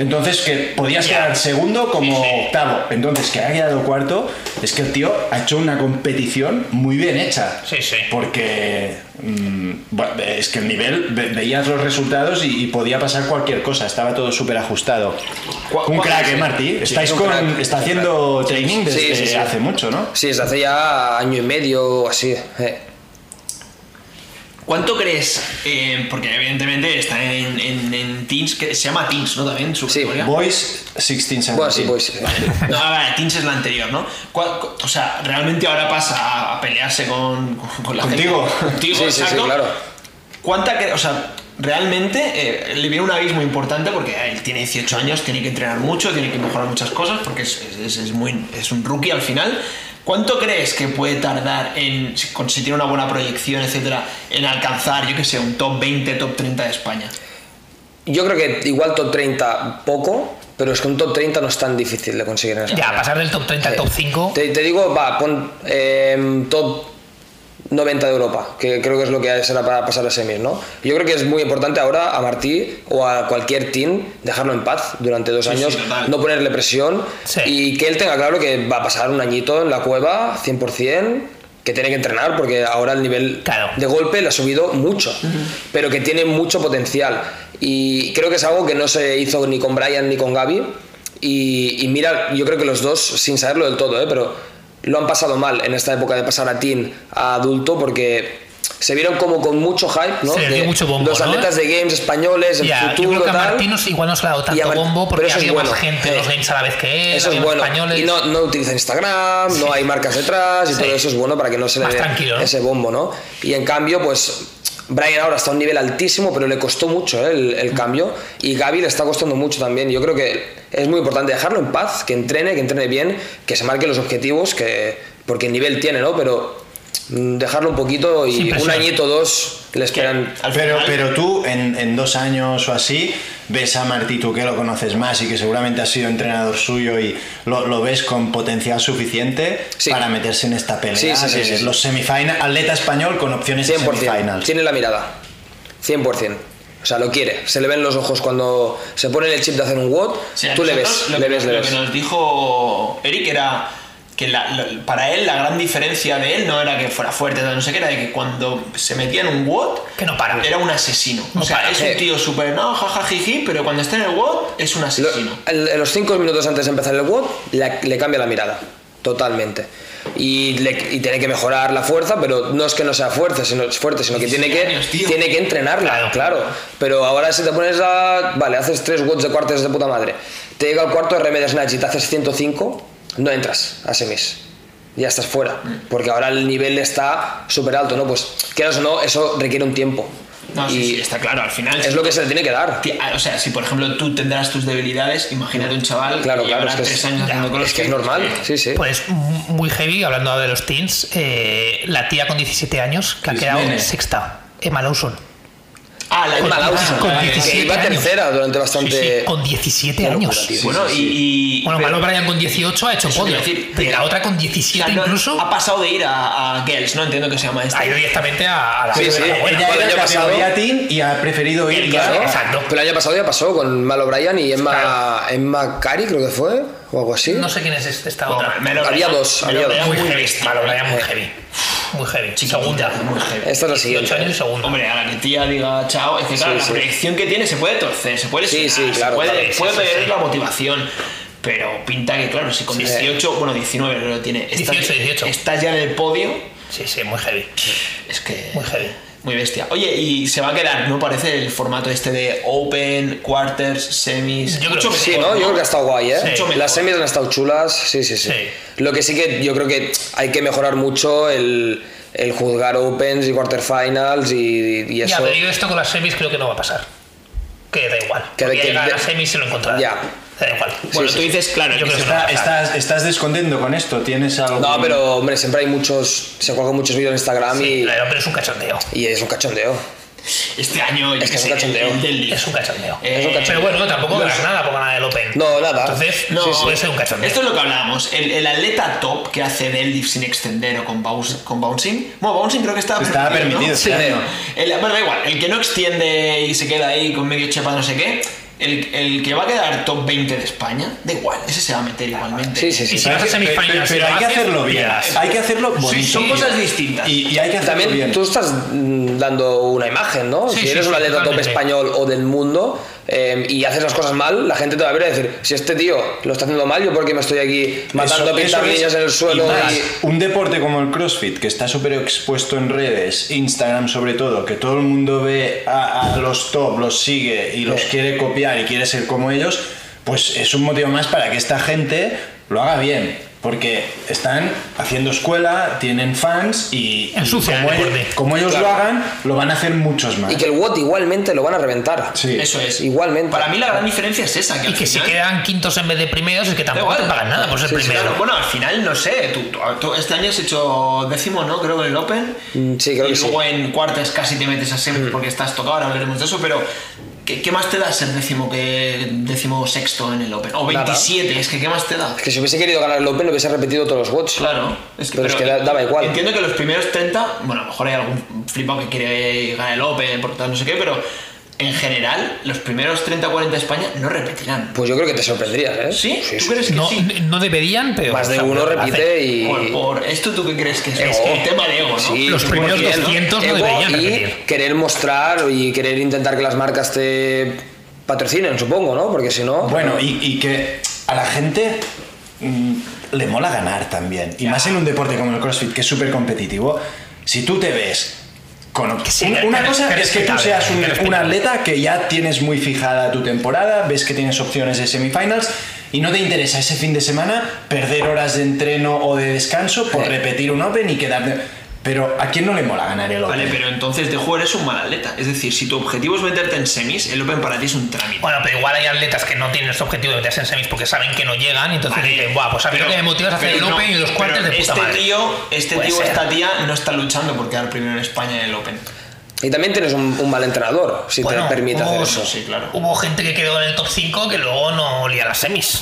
Entonces, que podías
Ya.
quedar segundo como
Sí, sí.
octavo. Entonces, que ha quedado cuarto, es que el tío ha hecho una competición muy bien hecha.
Sí, sí.
Porque mm, bueno, es que el nivel, ve- veías los resultados y, y podía pasar cualquier cosa. Estaba todo súper ajustado.
Cu-
Un
cu-
crack,
sí.
¿eh, Martí? Estáis
es un
con,
crack.
está haciendo training
Sí,
desde
sí, sí.
hace mucho, ¿no?
Sí, desde hace ya año y medio o así. eh.
¿Cuánto crees? eh, porque evidentemente está en, en, en Teams, que se llama Teams, ¿no? También su
Sí,
categoría.
Boys 16
Bueno, sí,
17.
pues. sí.
No, a ver, Teams es la anterior, ¿no? ¿Cuál- cu- O sea, realmente ahora pasa a, a pelearse con, con, con la
Contigo.
gente. Contigo.
Sí, sí, sí,
exacto.
claro.
¿Cuánta cre- O sea, realmente eh, le viene un abismo importante porque eh, él tiene 18 años, tiene que entrenar mucho, tiene que mejorar muchas cosas porque es, es- es- es muy, es un rookie al final. ¿Cuánto crees que puede tardar en, si, con- si tiene una buena proyección, etcétera, en alcanzar, yo que sé, un top 20, top 30 de España?
Yo creo que igual top 30 poco, pero es que un top 30 no es tan difícil de conseguir en España.
Ya, pasar del top 30 al top 5.
Eh, Te, te digo, va, pon eh, top 90 de Europa, que creo que es lo que será para pasar a semis, ¿no? Yo creo que es muy importante ahora a Martí o a cualquier team dejarlo en paz durante dos
Sí,
años,
sí, total.
no ponerle presión
Sí.
y que él tenga claro que va a pasar un añito en la cueva, 100%, que tiene que entrenar porque ahora el nivel
Claro.
de golpe le ha subido mucho, pero que tiene mucho potencial. Y creo que es algo que no se hizo ni con Brian ni con Gaby. Y, y mira, yo creo que los dos, sin saberlo del todo, ¿eh? pero lo han pasado mal en esta época de pasar a teen a adulto porque se vieron como con mucho hype, ¿no?
Se les dio
De
mucho bombo,
Los
¿no?
atletas de games españoles, el
Ya, yo
futuro,
creo que a
tal.
Martínez igual no se le ha dado
Y a
tanto
Mart-
bombo
pero
porque
eso
ha
es
habido más
bueno.
gente en los
Eh,
games a la vez que él,
Eso es
había más
bueno.
españoles.
Y no, eh. no utiliza Instagram, no hay marcas detrás y
Sí.
todo eso es bueno para que no se le
Más
dé
tranquilo, ¿no?
ese bombo, ¿no? Y en cambio, pues Brian ahora está a un nivel altísimo, pero le costó mucho ¿eh? el, el cambio. Y Gaby le está costando mucho también. Yo creo que es muy importante dejarlo en paz, que entrene, que entrene bien, que se marque los objetivos, que porque el nivel tiene, ¿no? Pero mm, dejarlo un poquito
Sin
y un
presión.
añito dos le esperan.
Al
Pero,
final-
pero tú, en, en dos años o así, ves a Martí, tú que lo conoces más y que seguramente has sido entrenador suyo y lo, lo ves con potencial suficiente
Sí.
para meterse en esta pelea.
Sí, sí, sí,
de
sí, sí.
Los semifinal, atleta español con opciones de
100%.
semifinal.
Tiene la mirada. 100%. O sea, lo quiere. Se le ven los ojos cuando se pone el chip de hacer un WOD.
Sí, a
tú le
nosotros
ves,
lo
le
que-
ves, le
lo
ves.
que nos dijo Eric era que la- la- para él la gran diferencia de él no era que fuera fuerte, no sé qué, era de que cuando se metía en un WOD
Que no para.
era un asesino.
No
o sea,
para.
es
Eh.
un tío súper no, jajajiji, pero cuando está en el WOD es un
Lo-
asesino.
el- en los cinco minutos antes de empezar el WOD, la- le cambia la mirada. Totalmente. y, le- y tiene que mejorar la fuerza, pero no es que no sea fuerza, sino, es fuerte, sino que tiene que,
16 años, tío.
tiene que entrenarla,
Claro.
claro. Pero ahora si te pones a... Vale, haces 3 watts de cuartos de puta madre. Te llega al cuarto de remedio snatch y te haces 105, no entras a semis. Ya estás fuera, porque ahora el nivel está súper alto, ¿no? Pues quieras o no, eso requiere un tiempo.
No,
y
sí, sí, está claro, al final.
es lo que se le tiene que dar.
Ti- ah, O sea, si por ejemplo tú tendrás tus debilidades, imagínate un chaval
Claro,
que
claro,
llevará
es que es-
tres años haciendo
Es que es
crossfit.
normal,
Sí.
sí, sí.
Pues m- muy heavy, hablando de los teens, eh, la tía con 17 años que ha
Luis
quedado
Mene.
sexta, Emma Lawson.
Ah, la
Emma
ah,
Lawson,
con
vale, vale.
17
que iba
años.
tercera durante
Sí,
bastante...
sí, con 17
Una
años.
locura, tío.
Bueno, y. y-
Bueno,
pero-
Manu Bryan con 18 ha hecho
Eso te
podio.
iba a decir,
pero la
pero-
otra con 17
o sea, no-
incluso
Ha pasado de ir a, a Girls, ¿no? Entiendo que se llama esta.
ha ido directamente a, a la
Sí, sí,
a la
ella
buena.
Ella
Bueno,
era
ya ha pasado.
categoría teen y ha preferido ir
Claro,
ya-
exacto.
Pero el año pasado ya pasó con Mal O'Brien y Emma, Emma Cari, creo que fue, o algo así.
No sé quién es este- esta
No,
otra.
me lo-
Había dos,
me lo-
había dos.
muy
Muy heavy.
bestia.
Malo, Bryan,
Eh.
muy heavy. Muy heavy.
Segunda.
Segunda.
Muy heavy.
Esta es la
18 años y
siguiente.
segunda.
Hombre, a la que tía diga chao, es que claro,
Sí,
la
sí.
proyección que tiene se puede torcer, se puede
Sí,
lesionar,
sí, claro,
se puede,
claro.
puede
Sí, sí,
perder
sí.
la motivación. Pero pinta que, claro, si con
Sí.
18, bueno, 19 creo que tiene, estás,
18, 18.
estás ya en el podio,
Sí, sí, muy heavy.
es que.
Muy heavy.
Muy bestia. Oye, y se va a quedar, ¿no? Parece el formato este de Open, Quarters, Semis.
Yo creo
Mucho
que
Sí,
mejor,
¿no? Yo creo que ha estado guay, ¿eh?
Sí.
Las semis han estado chulas, sí, sí, sí,
Sí.
Lo que sí que yo creo que hay que mejorar mucho el, el juzgar opens y quarterfinals y, y
Ya,
eso.
pero yo esto con las semis creo que no va a pasar. Que da igual.
Que
Que
de- que
llega a
de-
las semis se lo encontrará.
Ya.
Da igual.
Bueno,
Sí,
tú
sí.
dices, claro,
Yo
que
creo
se
que
va-
Está- estás, estás descontento con esto, tienes algo.
No, pero hombre, siempre hay muchos, se juegan muchos vídeos en Instagram
Sí,
y,
lo del hombre es un cachondeo.
y es un cachondeo.
este año yo
Es que
qué
es un
sé,
cachondeo.
el del
Es un cachondeo.
Eh, Es un
Pero
cachondeo.
bueno, tampoco ganas nada por ganar el Open.
No, nada.
Entonces,
No,
sí, sí, puede ser un cachondeo.
Esto es lo que hablábamos. El, el atleta top que hace deadlift sin extender o con, bounce- con bouncing. Bueno, bouncing creo que estaba
Estaba
¿no?
permitido,
Sí.
claro.
El- bueno, da igual. El que no extiende y se queda ahí con medio chepa, no sé qué. El, el que va a quedar top 20 de España, da igual. Ese se va a meter igualmente.
Sí, sí,
Y
sí.
si vas a
Pero,
semifinals,
pero
y lo
hay que
haces,
hacerlo bien.
verás.
Hay que hacerlo bonito.
Sí, son cosas distintas.
Y, y hay que hacerlo
También
bien.
tú estás mm, dando una imagen, ¿no?
Sí,
si
sí,
eres
sí,
un atleta top
totalmente.
español o del mundo eh, y haces las cosas mal, la gente te va a ver y decir, si este tío lo está haciendo mal, yo porque me estoy aquí matando
Eso-
a pintar
eso es-
niñas en el suelo.
y más,
y-
Un deporte como el CrossFit, que está súper expuesto en redes, Instagram sobre todo, que todo el mundo ve a, a los top, los sigue y los quiere copiar y quiere ser como ellos, pues es un motivo más para que esta gente lo haga bien. Porque están haciendo escuela, tienen fans y, y
Ensucian el
como, el-
deporte.
como ellos
Claro.
lo hagan, lo van a hacer muchos más.
y que el WOT igualmente lo van a reventar.
Sí.
Eso es.
Igualmente.
Para mí la gran diferencia es esa. Que
Y
al
que si
final-
quedan quintos en vez de primeros es que tampoco
igual.
Ah, te pagan nada por ser
Sí, sí,
primero.
Claro, bueno, al final no sé. Tú, tú- tú este año has hecho décimo, ¿no? Creo en el Open.
Mm, sí, creo
y
que sí. Mm.
luego en cuartas casi te metes a semis porque estás tocado. Ahora hablaremos de eso, pero ¿qué, qué más te da ser décimo que décimo sexto en el Open? O
Nada.
27, es que ¿qué más te da?
Es que si hubiese querido ganar el Open, lo hubiese repetido todos los WOTs.
Claro, es que,
Pero es que da- daba igual.
Entiendo que los primeros 30, bueno, a lo mejor hay algún flipado que quiere ganar el Open, por tal, no sé qué, pero en general, los primeros 30-40 de España no repetirán.
Pues yo creo que te sorprenderías, ¿eh?
¿Sí? ¿Tú crees que
no,
sí?
no deberían, pero.
Más
o
de
sea,
uno
lo hacen.
repite y.
Por,
pues,
por- esto tú qué crees que es,
Ego.
es que el tema de ego, ¿no?
Sí,
Los primeros
porque
200 no
ego
deberían
y
repetir.
querer mostrar y querer intentar que las marcas te patrocinen, supongo, ¿no? Porque si no.
Bueno, y, y que a la gente mm, le mola ganar también. Y más en un deporte como el CrossFit, que es súper competitivo. Si tú te ves con...
sí,
un-
que-
una
que-
cosa
que
es que tú
respetable,
seas
que
un, un
respetable.
atleta que ya tienes muy fijada tu temporada, ves que tienes opciones de semifinals y no te interesa ese fin de semana perder horas de entreno o de descanso por
Sí.
repetir un Open y quedarte... Pero ¿a quién no le mola ganar el Open?
Vale, pero entonces de juego eres un mal atleta. Es decir, si tu objetivo es meterte en semis, el Open para ti es un trámite.
Bueno, pero igual hay atletas que no tienen ese objetivo de meterse en semis porque saben que no llegan y entonces
Vale.
dicen, guau, pues a mí
Pero-
lo que me motiva es hacer el
pero no,
Open y los
pero
cuartos de puta
este
madre.
Tío, este
Puede
tío o
ser.
esta tía no está luchando por quedar primero en España en el Open.
Y también tienes un, un mal entrenador, si
Bueno,
te permite hacer
hubo-
eso.
sí, claro.
Hubo gente que quedó en el top 5 que luego no olía las semis.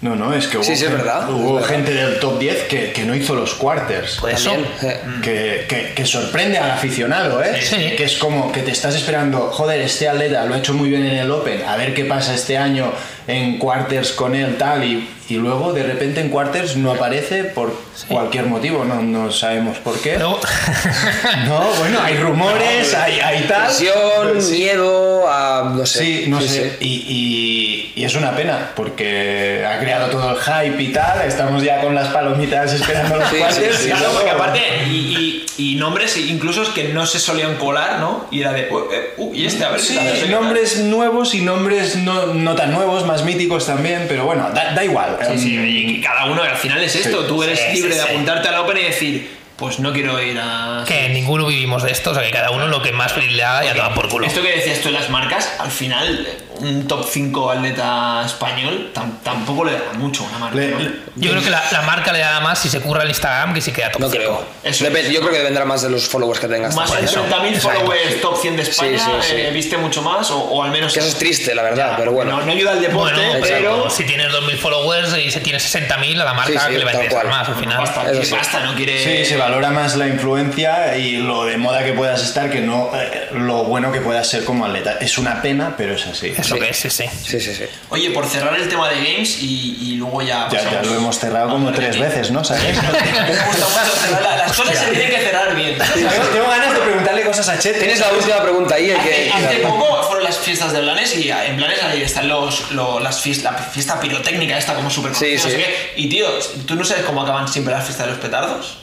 No, no, es que hubo,
Sí, sí, es
gen-
verdad.
hubo
Es verdad.
gente del top 10 que, que no hizo los quarters.
Por eso.
También, eh.
Mm. que, que- que sorprende al aficionado, ¿eh?
Sí, sí.
Que es como que te estás esperando, joder, este atleta lo ha hecho muy bien en el Open, a ver qué pasa este año en quarters con él, tal, y y luego de repente en quarters no aparece por cualquier motivo, no, no sabemos por qué.
Luego-
No, bueno, hay rumores, hay, hay tal.
Presión, miedo, a, no sé.
Sí, no sé. Y, y- y es una pena, porque ha creado todo el hype y tal. Estamos ya con las palomitas esperando los
Sí,
quarters.
sí, sí.
y
Claro,
luego-
porque aparte, y, y- y nombres incluso que no se solían colar, ¿no? Y era de, "Uh, eh, uh, y este, a ver si
Sí,
tal, no sé qué tal".
nombres nuevos y nombres no, no tan nuevos, más míticos también, pero bueno, da, da igual.
Sí,
Em,
sí, y que cada uno al final es esto. Tú eres
Sí, sí,
libre de
sí.
apuntarte a la Open y decir, pues no quiero ir a.
[laughs] Que ninguno vivimos de esto, o sea que cada uno lo que más feliz le haga y a tomar por culo.
Esto que decías tú en las marcas, al final, un top 5 atleta español tam- tampoco le da mucho a una marca.
Le-
¿no?
le-
Yo creo que la, la marca le da más si se curra el Instagram que si queda top
No
cinco.
creo.
Eso
Depende-
es.
Yo creo que dependerá más de los followers que tengas.
más
tampoco.
de
eso,
30.000
exacto,
followers
sí.
top 100 de España,
Sí, sí, sí.
eh, viste mucho más, o, o al menos.
Que eso es triste, la verdad,
Ya,
pero bueno.
No, no ayuda al deporte,
Bueno,
pero.
pero si tienes 2.000 followers y si tienes 60.000 a la marca
Sí, sí,
que le va a
tal
interesar
cual.
más al final.
Basta,
Eso
que
sí.
basta, no quiere.
Sí, se valora más la influencia y lo de moda que puedas estar que no eh, lo bueno que puedas ser como atleta. Es una pena, pero es así.
Es lo que es, sí, sí.
Sí, sí, sí.
Oye, por cerrar el tema de games y, y luego ya.
Ya, ya
pasamos.
lo hemos cerrado como tres veces, ¿no? ¿Sabes?
[laughs] Me gusta mucho cerrar la- Las cosas se tienen que cerrar bien.
[laughs] [laughs] Tengo ganas de preguntarle cosas a Chet.
Tienes la última pregunta ahí.
Hace,
Que,
hace poco fueron las fiestas de Blanes y ah, en Blanes ahí están los, lo- las fiestas, la fiesta pirotécnica esta como súper
Sí,
no sé
sí.
qué. Y tío, ¿tú no sabes cómo acaban siempre las fiestas de los petardos?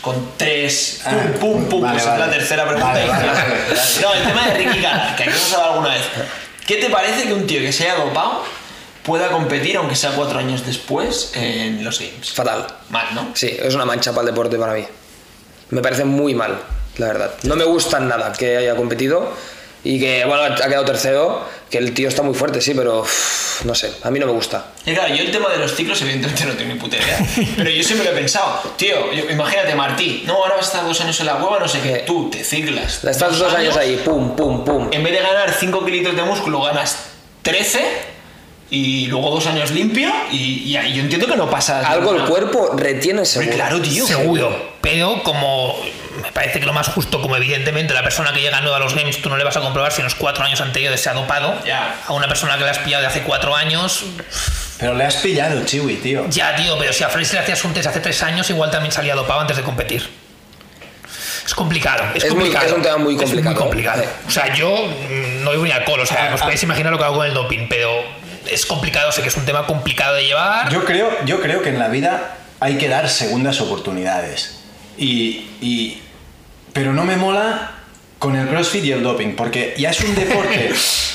Con tres,
Ah,
pum, pum, pum,
vale,
pues es
vale.
la tercera pregunta.
Vale,
y-
vale, vale, vale.
No, el tema de Ricky Galar, que aquí hemos hablado alguna vez. ¿Qué te parece que un tío que se haya dopado pueda competir, aunque sea cuatro años después, en los games?
Fatal.
Mal, ¿no?
Sí, es una mancha para el deporte para mí. Me parece muy mal, la verdad. No me gusta nada que haya competido y que, bueno, ha quedado tercero, que el tío está muy fuerte, sí, pero uff, no sé, a mí no me gusta.
Y claro, yo el tema de los ciclos, evidentemente no tengo ni puta
[laughs]
idea. pero yo siempre lo he pensado, tío, yo- imagínate, Martí, no, ahora vas a estar dos años en la cueva, no sé qué.
Sí.
Tú te ciclas.
Estás dos años ahí, pum, pum, pum.
En vez de ganar 5 kilitos de músculo, ganas 13 y luego dos años limpio. Y, y ahí yo entiendo que no pasa
Algo el cuerpo retiene seguro.
Claro, tío.
Seguro, pero como me parece que lo más justo, como evidentemente la persona que llega nueva a los games, tú no le vas a comprobar si en los cuatro años anteriores se ha dopado,
Ya.
a una persona que la has pillado de hace cuatro años,
Pero le has pillado, Chiwi, tío.
ya tío, pero si a Frenzy le hacías un test hace tres años, igual también salía dopado antes de competir. Es complicado, es,
Es muy-
complicado.
es un tema muy
Es
complicado. ¿eh?
complicado.
Sí.
O sea, yo mm, no digo ni alcohol, o
Ah,
sea, os podéis imaginar lo que hago con el doping, pero es complicado, sé que es un tema complicado de llevar.
Yo creo, yo creo que en la vida hay que dar segundas oportunidades. Y, y- pero no me mola con el CrossFit y el doping, porque ya es
[laughs]
un deporte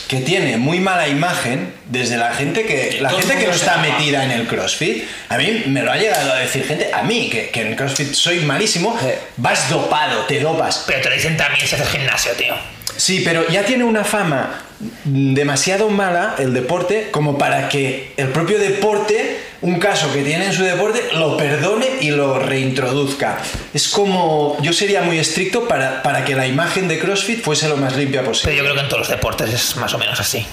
que tiene muy mala imagen desde la gente que la
todo el
gente
mundo
que no
se
está
llama.
metida en el CrossFit. A mí me lo ha llegado a decir gente, a mí que, que en CrossFit soy malísimo,
Sí.
vas dopado, te dopas.
Pero te lo dicen también si haces gimnasio, tío.
Sí, pero ya tiene una fama demasiado mala el deporte como para que el propio deporte, un caso que tiene en su deporte, lo perdone y lo reintroduzca. Es como, yo sería muy estricto para, para que la imagen de CrossFit fuese lo más limpia
Pero
posible.
yo creo que en todos los deportes es más o menos así.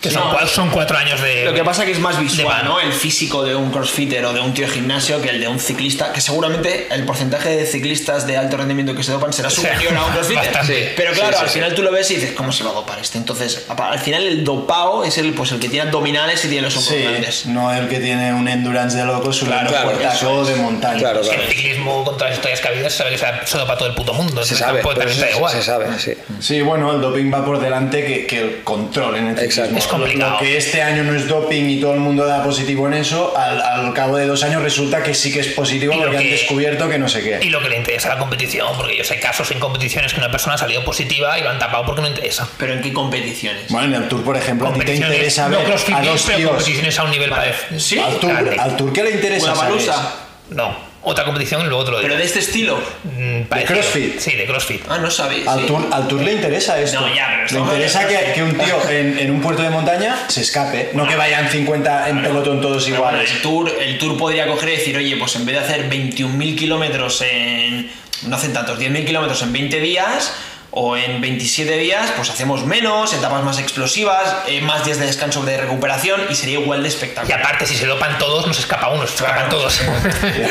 Que
Sí.
son,
No.
cua- son cuatro años de.
Lo que pasa que es más
De-
visual, ¿no? El físico de un crossfitter o de un tío de gimnasio que el de un ciclista, que seguramente el porcentaje de ciclistas de alto rendimiento que se dopan será
sea,
superior a un crossfitter.
bastante.
Sí. Pero claro,
Sí, sí,
al
sí.
final tú lo ves y dices, ¿cómo se va a dopar este? Entonces, apa- al final el dopao es el, pues, el que tiene abdominales y tiene los hombros
Sí,
grandes.
no el que tiene un endurance de loco subiendo
Claro,
puertaco de montaña.
Claro,
si
claro.
el ciclismo con todas las historias que ha habido, se sabe que se ha se dopa todo el puto mundo.
Se
entonces
sabe,
tampoco-
pero
también da
se,
igual.
se sabe, sí.
Sí, bueno, el doping va por delante que, que el control en el
Exacto.
ciclismo.
Es complicado.
Lo que este año no es doping y todo el mundo da positivo en eso, al, al cabo de dos años resulta que sí que es positivo
Y lo
porque han
que-
descubierto que no sé
Y
qué.
lo que le interesa a la competición, porque yo sé casos en competiciones que una persona ha salido positiva y lo han tapado porque no interesa.
Pero ¿en qué competiciones?
Bueno, en el Tour, por ejemplo, a ti te
Competiciones,
interesa
no
ver
crossfit,
a dos
pero
tíos.
competiciones a un nivel
Vale.
para-
Sí,
Al tour,
grande.
al tour, ¿qué le interesa?
Una
¿sabes?
palusa,
No, otra competición y luego te lo digo.
pero de este estilo.
Mm, parecido.
CrossFit?
Sí, de CrossFit.
Ah, no sabéis.
Al
sí.
tour, al Tour le interesa esto.
No, ya, pero
le
estamos
interesa
hablando de
que, que un tío en, en un puerto de montaña se escape, no que vayan 50 en pelotón todos
Pero bueno,
iguales.
el tour, el tour podría coger y decir, oye, pues en vez de hacer 21.000 kilómetros en. No hacen tantos, 10.000 kilómetros en 20 días, o en 27 días, pues hacemos menos, etapas más explosivas, eh, más días de descanso de recuperación y sería igual de
Y
espectacular.
aparte, si se dopan todos, nos escapa uno, se escapan todos.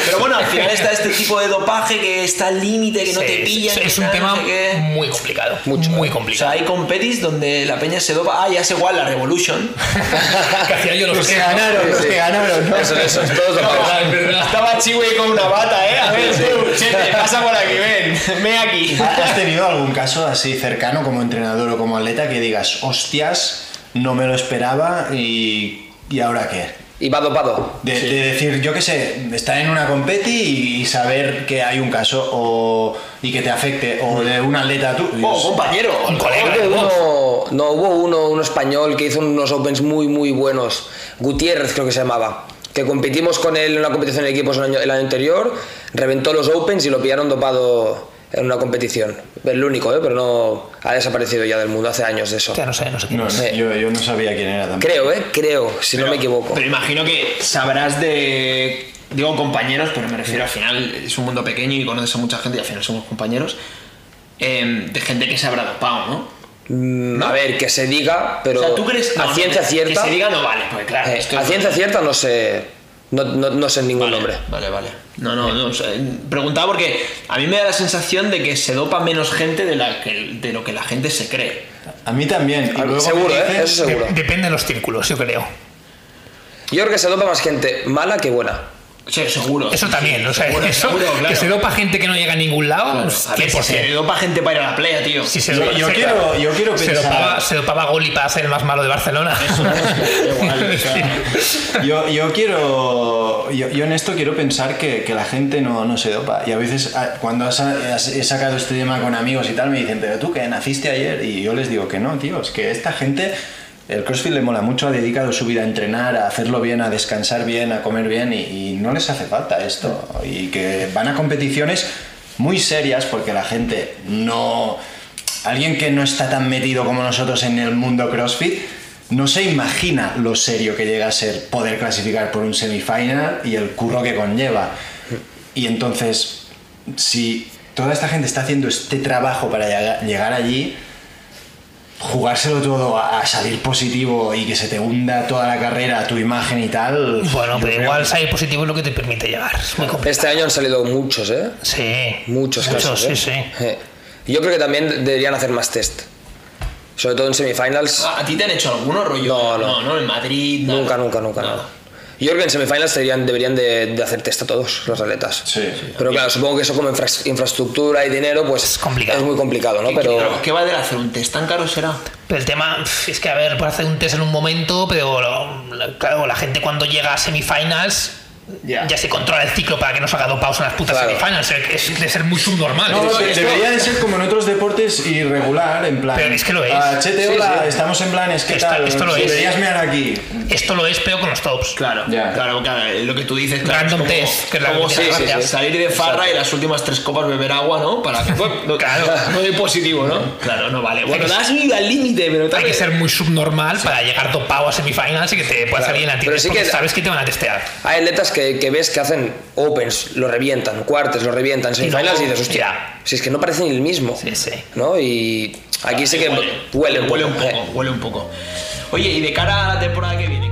Pero bueno, al final está este tipo de dopaje que está al límite, que no te
Sí,
pillan.
es,
que
es un
tal,
tema
no sé qué.
muy complicado.
Mucho,
muy
eh.
O
complicado.
sea, hay competis donde la peña se dopa. Ah, ya es igual la Revolution.
que hacía yo los
Los que
tres, ¿no?
ganaron, los
Sí.
que ganaron, ¿no?
Eso, eso, todos
[laughs] Es
dopados.
verdad, es verdad.
Estaba Chiwe con una bata, ¿eh? A ver, tú, chete, pasa por aquí, ven, ve aquí.
¿Has tenido algún caso así cercano como entrenador o como atleta que digas, hostias, no me lo esperaba y, ¿y ahora qué?
Y va dopado.
De, de decir, yo qué sé, estar en una competi y, y saber que hay un caso o, y que te afecte,
Mm.
o de un atleta tú.
Oh, compañero.
Un colega.
Hubo uno, no, hubo uno, un español que hizo unos opens muy, muy buenos. Gutiérrez creo que se llamaba. Que competimos con él en una competición de equipos el año, el año anterior, reventó los opens y lo pillaron dopado en una competición. El único, ¿eh? pero no ha desaparecido ya del mundo hace años de eso.
Hostia, no sé, no sé quién
No, no,
es.
Sí.
yo, yo no sabía quién era tampoco.
Creo, ¿eh? Creo, si no me equivoco.
Pero imagino que sabrás de. Digo compañeros, pero me refiero al final, es un mundo pequeño y conoces a mucha gente y al final somos compañeros. em, de gente que se habrá dopado, ¿no?
Mm, A ver, que se diga, pero
o sea, ¿tú crees no,
a
no,
ciencia
que-
cierta,
Que se diga no vale, porque claro.
eh,
esto
a
es-
ciencia cierta no sé, no, no- no sé ningún
vale,
nombre.
Vale, vale. No, no, no. o sea, em, preguntaba porque a mí me da la sensación de que se dopa menos gente de, la que, de lo que la gente se cree.
A mí también. Y luego
Seguro,
me
¿eh?
dicen-
Eso seguro.
Dep- Depende de los círculos, yo creo.
Yo creo que se dopa más gente mala que buena.
Sí, seguro.
Eso también, o sea,
Seguro,
eso,
seguro, claro.
que se dopa gente que no llega a ningún lado, pues,
Claro, a ver, si
100%.
se dopa gente para ir a la playa, tío. [laughs]
Si se
Yo,
dopa-
yo
se-
quiero, yo quiero
se
pensar.
dopaba, se dopaba Goli para ser el más malo de Barcelona.
Igual, o sea, yo, yo quiero. Yo, yo en esto quiero pensar que, que la gente no, no se dopa. Y a veces, a- cuando has- has- he sacado este tema con amigos y tal, me dicen, pero tú que naciste ayer. Y yo les digo que no, tío, es que esta gente. El CrossFit le mola mucho, ha dedicado su vida a entrenar, a hacerlo bien, a descansar bien, a comer bien y, y no les hace falta esto. Y que van a competiciones muy serias porque la gente no... Alguien que no está tan metido como nosotros en el mundo CrossFit no se imagina lo serio que llega a ser poder clasificar por un semifinal y el curro que conlleva. Y entonces, si toda esta gente está haciendo este trabajo para llega- llegar allí, jugárselo todo a, a salir positivo y que se te hunda toda la carrera, tu imagen y tal.
[laughs] bueno,
yo
pero
creo
igual
que-
salir positivo es lo que te permite llegar. Es muy complicado.
Este año han salido muchos, ¿eh?
Sí.
Muchos, casos,
sí,
¿eh?
sí.
Eh. Yo creo que también deberían hacer más test. Sobre todo en semifinals.
¿A a ti te han hecho alguno rollo?
No, no.
No, en Madrid. nada.
nunca, nunca, nunca,
Nada.
nada. Yo creo que en semifinals deberían, deberían de, de hacer test a todos los atletas.
Sí, sí.
Pero claro, supongo que eso como infra- infraestructura y dinero, pues
Es complicado.
es muy complicado, ¿no?
¿Qué-
Pero...
qué- claro, ¿Qué va a hacer un test? ¿Tan caro será?
Pero el tema pf, es que, a ver, puedes hacer un test en un momento, pero lo- la- claro, la gente cuando llega a semifinals
Ya.
ya se controla el ciclo para que no salga dopado en las putas
Claro.
semifinals. Es es de ser muy subnormal.
No,
Es-
de- debería de ser como en otros deportes irregular, en plan.
Pero es que lo es.
"Ah, chete,
Sí,
hola,
sí.
estamos en planes, ¿qué
Esto-
tal?
esto lo es.
Deberías mirar aquí.
Esto lo es peor con los tops.
Claro,
Ya.
claro, claro, lo que tú dices, claro,
Random
es como,
test, que es la
como
que
sa-
te hace gracia.
salir de farra y las últimas tres copas beber agua, ¿no? Para que pues, no,
Claro.
[laughs] no doy positivo, ¿no? Claro, no vale. Bueno,
que-
das vida al límite, pero
Hay
tal
que ser muy subnormal para llegar dopado a semifinals y que te pueda salir en la
Pero
tira
sí
porque
que-
sabes que te van a testear.
Hay atletas que, que ves que hacen opens, lo revientan, cuartes, lo revientan, semifinals y,
luego,
dices, hostia,
ya.
si es que no parecen el mismo.
Sí, sí.
¿No? Y aquí sí que huele,
huele un
eh.
poco, huele un poco. Oye, y de cara a la temporada que viene.